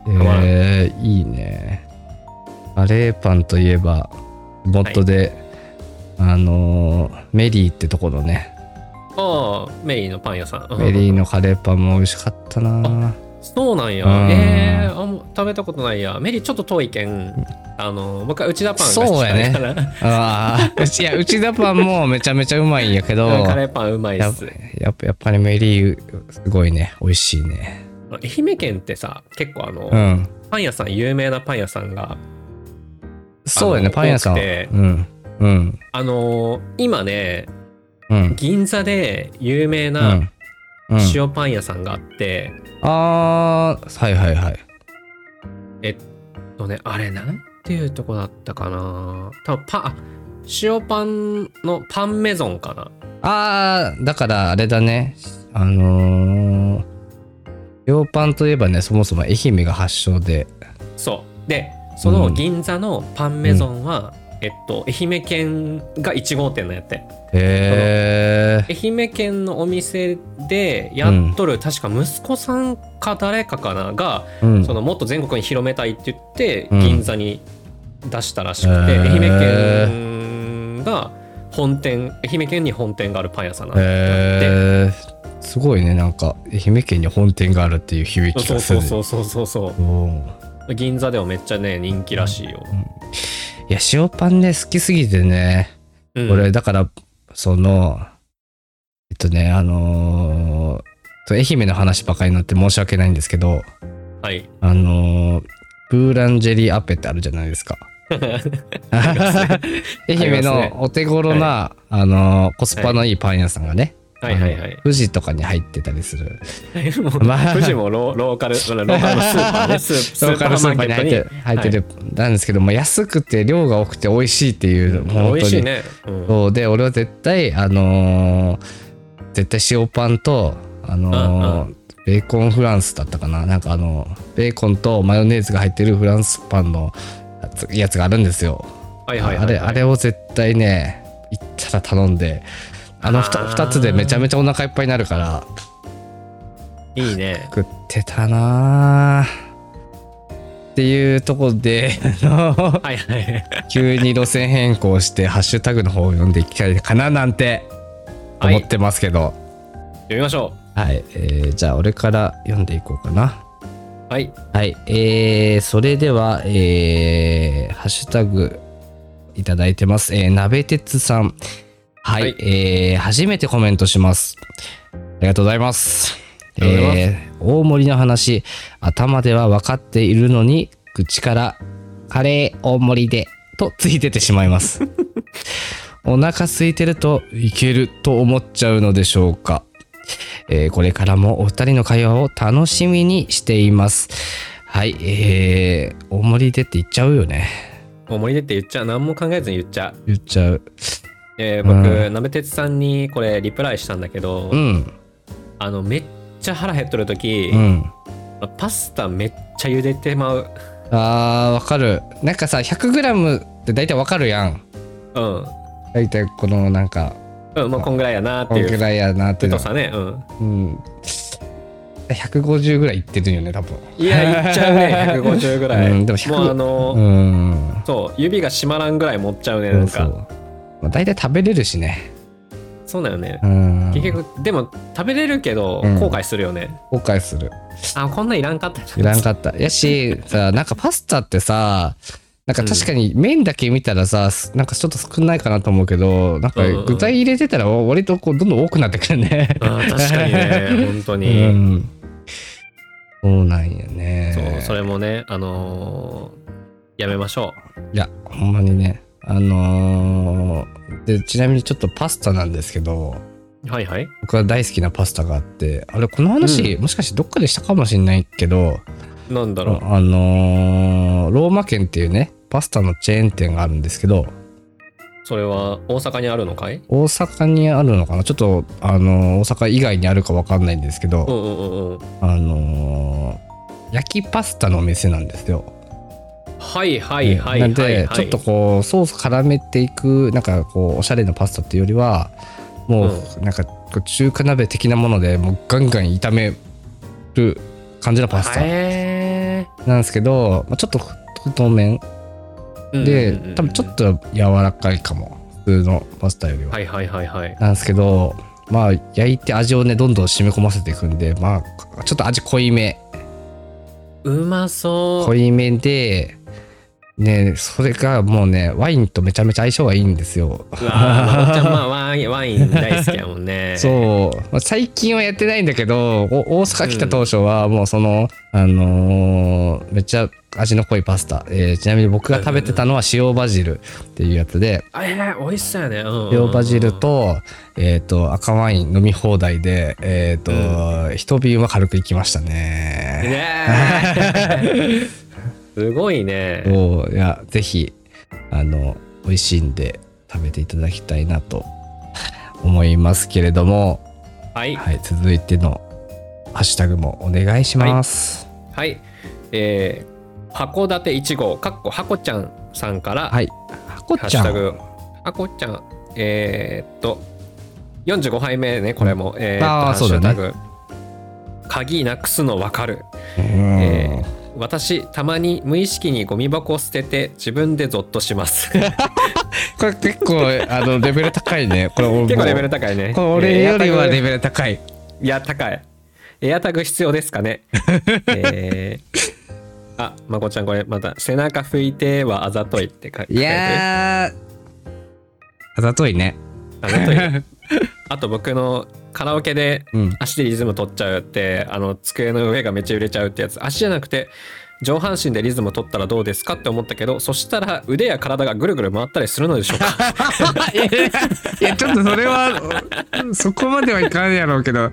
[SPEAKER 2] まらん
[SPEAKER 3] えー、いいねカレーパンといえば元で、あのーメリーってところね
[SPEAKER 2] ああメリーのパン屋さん
[SPEAKER 3] メリー
[SPEAKER 2] うん
[SPEAKER 3] のカレーパンも美味しかったな
[SPEAKER 2] そうなんや、
[SPEAKER 3] うん
[SPEAKER 2] えー、あんま食べたことないやメリーちょっと遠いけんあの僕は内田パンが
[SPEAKER 3] そうやね
[SPEAKER 2] 好きだから
[SPEAKER 3] あーうちいや内田パンもめちゃめちゃうまいんやけど
[SPEAKER 2] うんカレー
[SPEAKER 3] や
[SPEAKER 2] パンうまいっす
[SPEAKER 3] やっぱやっぱりメリーすごいね美味しいね
[SPEAKER 2] 愛媛県ってさ結構あの、
[SPEAKER 3] うん
[SPEAKER 2] パン屋さん有名なパン屋さんが
[SPEAKER 3] そうやね
[SPEAKER 2] あの
[SPEAKER 3] パン屋さん
[SPEAKER 2] 多
[SPEAKER 3] は
[SPEAKER 2] くて
[SPEAKER 3] うんうん
[SPEAKER 2] あの今ね
[SPEAKER 3] うん
[SPEAKER 2] 銀座で有名
[SPEAKER 3] う
[SPEAKER 2] なん
[SPEAKER 3] うん
[SPEAKER 2] 塩パン屋さんがあって、
[SPEAKER 3] あーはいはいはい
[SPEAKER 2] とねあれなんていうとこだったかな多分パンあ塩パンのパンメゾンかな
[SPEAKER 3] あーだからあれだねあのー洋パンといえばねそもそも愛媛が発祥で
[SPEAKER 2] そうでその
[SPEAKER 3] うん
[SPEAKER 2] 銀座のパンメゾンは、えっと愛媛県が1号店のやって
[SPEAKER 3] へえ
[SPEAKER 2] 愛媛県のお店でやっとる、確か息子さんか誰かかなが、
[SPEAKER 3] うん
[SPEAKER 2] そのもっと全国に広めたいって言って、
[SPEAKER 3] うん
[SPEAKER 2] 銀座に出したらしくて、
[SPEAKER 3] へー
[SPEAKER 2] 愛媛県が本店愛媛県に本店があるパン屋さんなんだって
[SPEAKER 3] へーすごいねなんか愛媛県に本店があるっていう響き
[SPEAKER 2] そ
[SPEAKER 3] が
[SPEAKER 2] う
[SPEAKER 3] す
[SPEAKER 2] そ
[SPEAKER 3] る
[SPEAKER 2] うそうそうそうそ
[SPEAKER 3] おー
[SPEAKER 2] う銀座でもめっちゃね人気らしいよ、
[SPEAKER 3] いや塩パンね好きすぎてね、
[SPEAKER 2] うん
[SPEAKER 3] 俺だからそのえっとねあのーと愛媛の話ばかりになって申し訳ないんですけど
[SPEAKER 2] はい
[SPEAKER 3] あのーブーランジェリーアペってあるじゃないです か愛媛のお手頃な、あのーコスパのいいパン屋さんがね、
[SPEAKER 2] はいはいは
[SPEAKER 3] あの
[SPEAKER 2] い
[SPEAKER 3] 富士とかに入ってたりする
[SPEAKER 2] もう
[SPEAKER 3] まあ
[SPEAKER 2] 富士もローローカルローカルのスーパ ーねスースーパーマーケット
[SPEAKER 3] 入っ
[SPEAKER 2] に
[SPEAKER 3] てる入ってる、なんですけども安くて量が多くて美味しいっていうもう
[SPEAKER 2] はい
[SPEAKER 3] 本
[SPEAKER 2] 美
[SPEAKER 3] 当
[SPEAKER 2] 味しい
[SPEAKER 3] に、
[SPEAKER 2] ね、うん
[SPEAKER 3] そうで俺は絶対あのー絶対塩パンとあのー
[SPEAKER 2] う
[SPEAKER 3] ベーコンフランスだったかななんかあのベーコンとマヨネーズが入ってるフランスパンのやつやつがあるんですよ
[SPEAKER 2] はいはい
[SPEAKER 3] あ
[SPEAKER 2] はいはい
[SPEAKER 3] れあれを絶対ね行ったら頼んであの 2,
[SPEAKER 2] あー
[SPEAKER 3] つでめちゃめちゃお腹いっぱいになるから
[SPEAKER 2] いいね
[SPEAKER 3] 食ってたなあっていうとこで あの
[SPEAKER 2] はいはい
[SPEAKER 3] 急に路線変更してハッシュタグの方を読んでいきたいかななんて
[SPEAKER 2] はい
[SPEAKER 3] 思ってますけど
[SPEAKER 2] 読みましょ
[SPEAKER 3] はい、えーじゃあ俺から読んでいこうかな
[SPEAKER 2] うはい
[SPEAKER 3] はい、えー、それでは、えー、ハッシュタグいただいてます。えー、鍋鉄さん。はい、
[SPEAKER 2] はい
[SPEAKER 3] えー、初めてコメントします。ありがとうございます。
[SPEAKER 2] ありがとうござい
[SPEAKER 3] えー、大盛りの話、頭では分かっているのに、口から、カレー大盛りで、とついててしまい ます。お腹空いてるといけると思っちゃうのでしょうか、えーこれからもお二人の会話を楽しみにしていますはいえー、大盛りでって言っちゃうよね
[SPEAKER 2] もう森出って言っちゃう何も考えずに言っちゃう、
[SPEAKER 3] 言っちゃう
[SPEAKER 2] えー僕、
[SPEAKER 3] う
[SPEAKER 2] 鍋鉄さんにこれリプライしたんだけど、
[SPEAKER 3] うん
[SPEAKER 2] あのめっちゃ腹減っとる時、
[SPEAKER 3] うん
[SPEAKER 2] パスタめっちゃ茹でてまう
[SPEAKER 3] あーわかるなんかさ 100g って大体わかるやん
[SPEAKER 2] うん
[SPEAKER 3] 大体このなんか
[SPEAKER 2] うんまあこんぐらいやなって
[SPEAKER 3] こん
[SPEAKER 2] い
[SPEAKER 3] ぐ
[SPEAKER 2] う
[SPEAKER 3] らいやなっていうの
[SPEAKER 2] 太さねうん
[SPEAKER 3] うん150ぐらいいってるよね多分
[SPEAKER 2] いや、 いっちゃうね、150ぐらい。
[SPEAKER 3] うんでも100
[SPEAKER 2] もうあの、
[SPEAKER 3] うん
[SPEAKER 2] そう、指が締まらんぐらい持っちゃうね、
[SPEAKER 3] そ
[SPEAKER 2] なん
[SPEAKER 3] う
[SPEAKER 2] か。そ
[SPEAKER 3] そうう、まあ、大体食べれるしね
[SPEAKER 2] だよね
[SPEAKER 3] う。ん
[SPEAKER 2] 結局、でも食べれるけど、
[SPEAKER 3] うん
[SPEAKER 2] 後悔するよね。
[SPEAKER 3] 後悔する
[SPEAKER 2] あ、こんなんいらんかった
[SPEAKER 3] いらんかったやしさなんかパスタってさなんか確かに麺だけ見たらさ、なんかちょっと少ないかなと思うけどなんか具材入れてたら割とこうどんどん多くなってくるね
[SPEAKER 2] あー確かに ね、本当
[SPEAKER 3] う
[SPEAKER 2] に。
[SPEAKER 3] んそうなんよね
[SPEAKER 2] そう、それもね、あのーやめましょ
[SPEAKER 3] いやほんまにねあのーでちなみにちょっとパスタなんですけど
[SPEAKER 2] う。はいはい。
[SPEAKER 3] 僕は大好きなパスタがあってあれこの話、もしかしてどっかでしたかもしれないけど
[SPEAKER 2] なんだろう。
[SPEAKER 3] あのーローマ県っていうねパスタのチェーン店があるんですけど
[SPEAKER 2] それは大阪にあるのかい
[SPEAKER 3] 大阪にあるのかなちょっと、あのー大阪以外にあるかわかんないんですけ
[SPEAKER 2] う
[SPEAKER 3] ど、
[SPEAKER 2] んうんうんうん。
[SPEAKER 3] あのー焼きパスタのお店なんですよ
[SPEAKER 2] はいはいはい
[SPEAKER 3] なん
[SPEAKER 2] はいはい
[SPEAKER 3] でちょっとこうソース絡めていくなんかこうおしゃれなパスタっていうよりはもうなんかこう中華鍋的なものでもうガンガン炒める感じのパスタ
[SPEAKER 2] へ
[SPEAKER 3] なんですけど、まあ、ちょっと太麺
[SPEAKER 2] ー
[SPEAKER 3] で、
[SPEAKER 2] うんうんうんうん
[SPEAKER 3] 多分ちょっと柔らかいかも普通のパスタよりは、
[SPEAKER 2] はいはいはいはい
[SPEAKER 3] なんですけどまあ焼いて味をねどんどん染み込ませていくんでまあちょっと味濃いめ
[SPEAKER 2] うまそう
[SPEAKER 3] 濃いめでねそれがもうねワインとめちゃめちゃ相性がいいんですよ
[SPEAKER 2] うわーまこちゃんまあワインワイン大好きやもんね
[SPEAKER 3] そう、まあ、最近はやってないんだけどお大阪来た当初はもうその、あのーめっちゃ味の濃いパスタ、えーちなみに僕が食べてたのは塩バジルっていうやつで
[SPEAKER 2] あえー、美味しそうやね、うんうんうん
[SPEAKER 3] 塩バジルと,、えー、と赤ワイン飲み放題で、えーと一瓶は軽くいきましたね。
[SPEAKER 2] ねえすごいね
[SPEAKER 3] おいやぜひあの美味しいんで食べていただきたいなと思いますけれども。
[SPEAKER 2] はい
[SPEAKER 3] はい、続いてのハッシュタグもお願いします。
[SPEAKER 2] はいえー、函館1号かっこはこちゃんさんから
[SPEAKER 3] はい、ハコ
[SPEAKER 2] ハッ
[SPEAKER 3] ち
[SPEAKER 2] シ
[SPEAKER 3] ゃ
[SPEAKER 2] ュ
[SPEAKER 3] ん。
[SPEAKER 2] タグ、あこっちゃん、えーっと、45杯目ね、これも、えーっと、
[SPEAKER 3] あー
[SPEAKER 2] ハッシュタグ、
[SPEAKER 3] そ
[SPEAKER 2] 鍵なくすのわかる、
[SPEAKER 3] うん
[SPEAKER 2] えー私、たまに無意識にゴミ箱を捨てて、自分でゾッとします。結
[SPEAKER 3] これ結構あのレベル高いね。これ俺
[SPEAKER 2] 構レベル高いね。
[SPEAKER 3] これよりは
[SPEAKER 2] えーエアタ
[SPEAKER 3] レ
[SPEAKER 2] グ
[SPEAKER 3] ベル高い。
[SPEAKER 2] いや、高い。エアタグ必要ですか ね。えーあ、まこちゃん、これ、また、背中拭いてはあざといって書いて
[SPEAKER 3] いやー、あざと いね。
[SPEAKER 2] あざとい。あと僕のカラオケで
[SPEAKER 3] うん。
[SPEAKER 2] 足でリズム取っちゃうってあの机の上がめっちゃ揺れちゃうってやつ足じゃなくて上半身でリズム取ったらどうですかって思ったけどそしたら腕や体がぐるぐる回ったりするのでしょうか
[SPEAKER 3] いやちょっとそれはそこまではいかんやろうけど、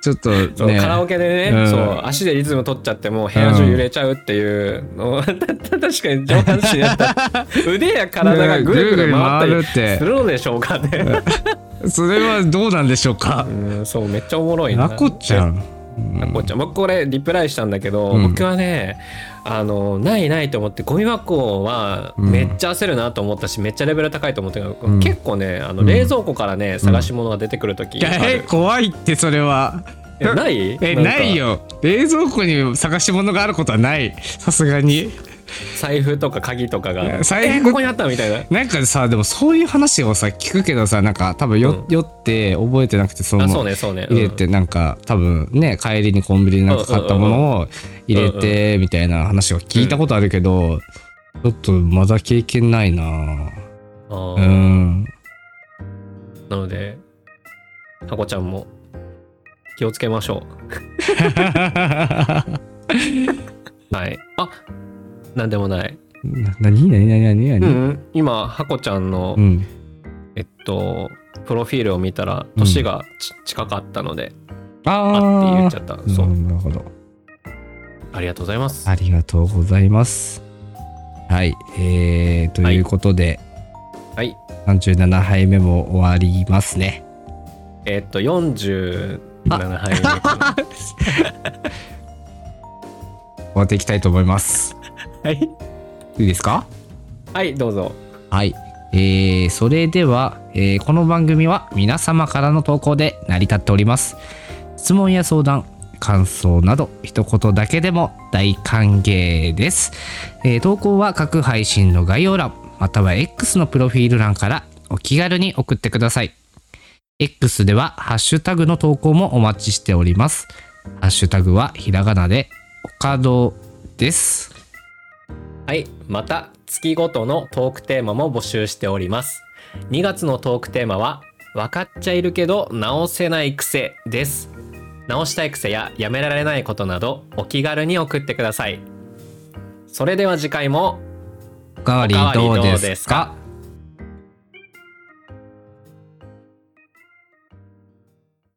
[SPEAKER 3] ちょっと
[SPEAKER 2] そう
[SPEAKER 3] ね。
[SPEAKER 2] カラオケでね、
[SPEAKER 3] うん
[SPEAKER 2] そう足でリズム取っちゃってもう部屋中揺れちゃうっていう のを、た確かに上半身やったら腕や体がぐるぐる回
[SPEAKER 3] ぐるぐる回る
[SPEAKER 2] っ
[SPEAKER 3] った
[SPEAKER 2] り
[SPEAKER 3] て
[SPEAKER 2] するのでしょうか ね
[SPEAKER 3] それはどうなんでしょうか
[SPEAKER 2] う。んそうめっちゃおもろいな
[SPEAKER 3] あこちゃん。
[SPEAKER 2] あこっちゃん僕これリプライしたんだけど、
[SPEAKER 3] うん
[SPEAKER 2] 僕はねあのないないと思ってゴミ箱は
[SPEAKER 3] うん
[SPEAKER 2] めっちゃ焦るなと思ったし、めっちゃレベル高いと思ったけど、
[SPEAKER 3] うん
[SPEAKER 2] 結構ねあの
[SPEAKER 3] うん
[SPEAKER 2] 冷蔵庫からね、探し物が出てくる時
[SPEAKER 3] いや
[SPEAKER 2] あ
[SPEAKER 3] え
[SPEAKER 2] る
[SPEAKER 3] 怖いってそれは。
[SPEAKER 2] えない
[SPEAKER 3] え
[SPEAKER 2] んか
[SPEAKER 3] ないよ冷蔵庫に探し物があることはないさすがに
[SPEAKER 2] 財布とか鍵とかがえ
[SPEAKER 3] 財布
[SPEAKER 2] ここにあったみたいな
[SPEAKER 3] なんかさでもそういう話をさ聞くけどさなんか多分よ、酔って覚えてなくてその
[SPEAKER 2] あ
[SPEAKER 3] ま
[SPEAKER 2] そう
[SPEAKER 3] ま
[SPEAKER 2] ねそうね、うん
[SPEAKER 3] 入れてなんか多分ね帰りにコンビニでなんか買ったものを入れてみたいな話を聞いたことあるけどちょっとまだ経験ないな
[SPEAKER 2] あ
[SPEAKER 3] う
[SPEAKER 2] ー
[SPEAKER 3] ん
[SPEAKER 2] なのでハコちゃんも気をつけましょ
[SPEAKER 3] な
[SPEAKER 2] うはいあなんでもない、
[SPEAKER 3] 何何何何
[SPEAKER 2] う
[SPEAKER 3] 何
[SPEAKER 2] ん、今ハコちゃんの、
[SPEAKER 3] うん
[SPEAKER 2] えっと、プロフィールを見たら、
[SPEAKER 3] うん
[SPEAKER 2] 年がち近かったので、
[SPEAKER 3] あ
[SPEAKER 2] あって言っち
[SPEAKER 3] ゃ
[SPEAKER 2] ゃった。
[SPEAKER 3] そ
[SPEAKER 2] そうう。
[SPEAKER 3] んなるほど
[SPEAKER 2] ありがとうございます。
[SPEAKER 3] ありがとうございます。はい、えー、ということで、
[SPEAKER 2] はい。
[SPEAKER 3] 37杯目も終わりますね。
[SPEAKER 2] えっと、47杯 目か
[SPEAKER 3] 終わっていきたいと思います。
[SPEAKER 2] な。はい。
[SPEAKER 3] いいですか
[SPEAKER 2] はい、どうぞ。
[SPEAKER 3] はい。えー、それでは、えーこの番組は皆様からの投稿で成り立っております。質問や相談、感想など、一言だけでも大歓迎です。えー投稿は各配信の概要欄、または X のプロフィール欄からお気軽に送ってください。X では、ハッシュタグの投稿もお待ちしております。ハッシュタグはひらがなで、おかどです。
[SPEAKER 2] はい。また、月ごとのトークテーマも募集しております。2月のトークテーマは、分かっちゃいるけど直せない癖です。直したい癖ややめられないことなど、お気軽に送ってください。それでは次回も、
[SPEAKER 3] おかわりどうですか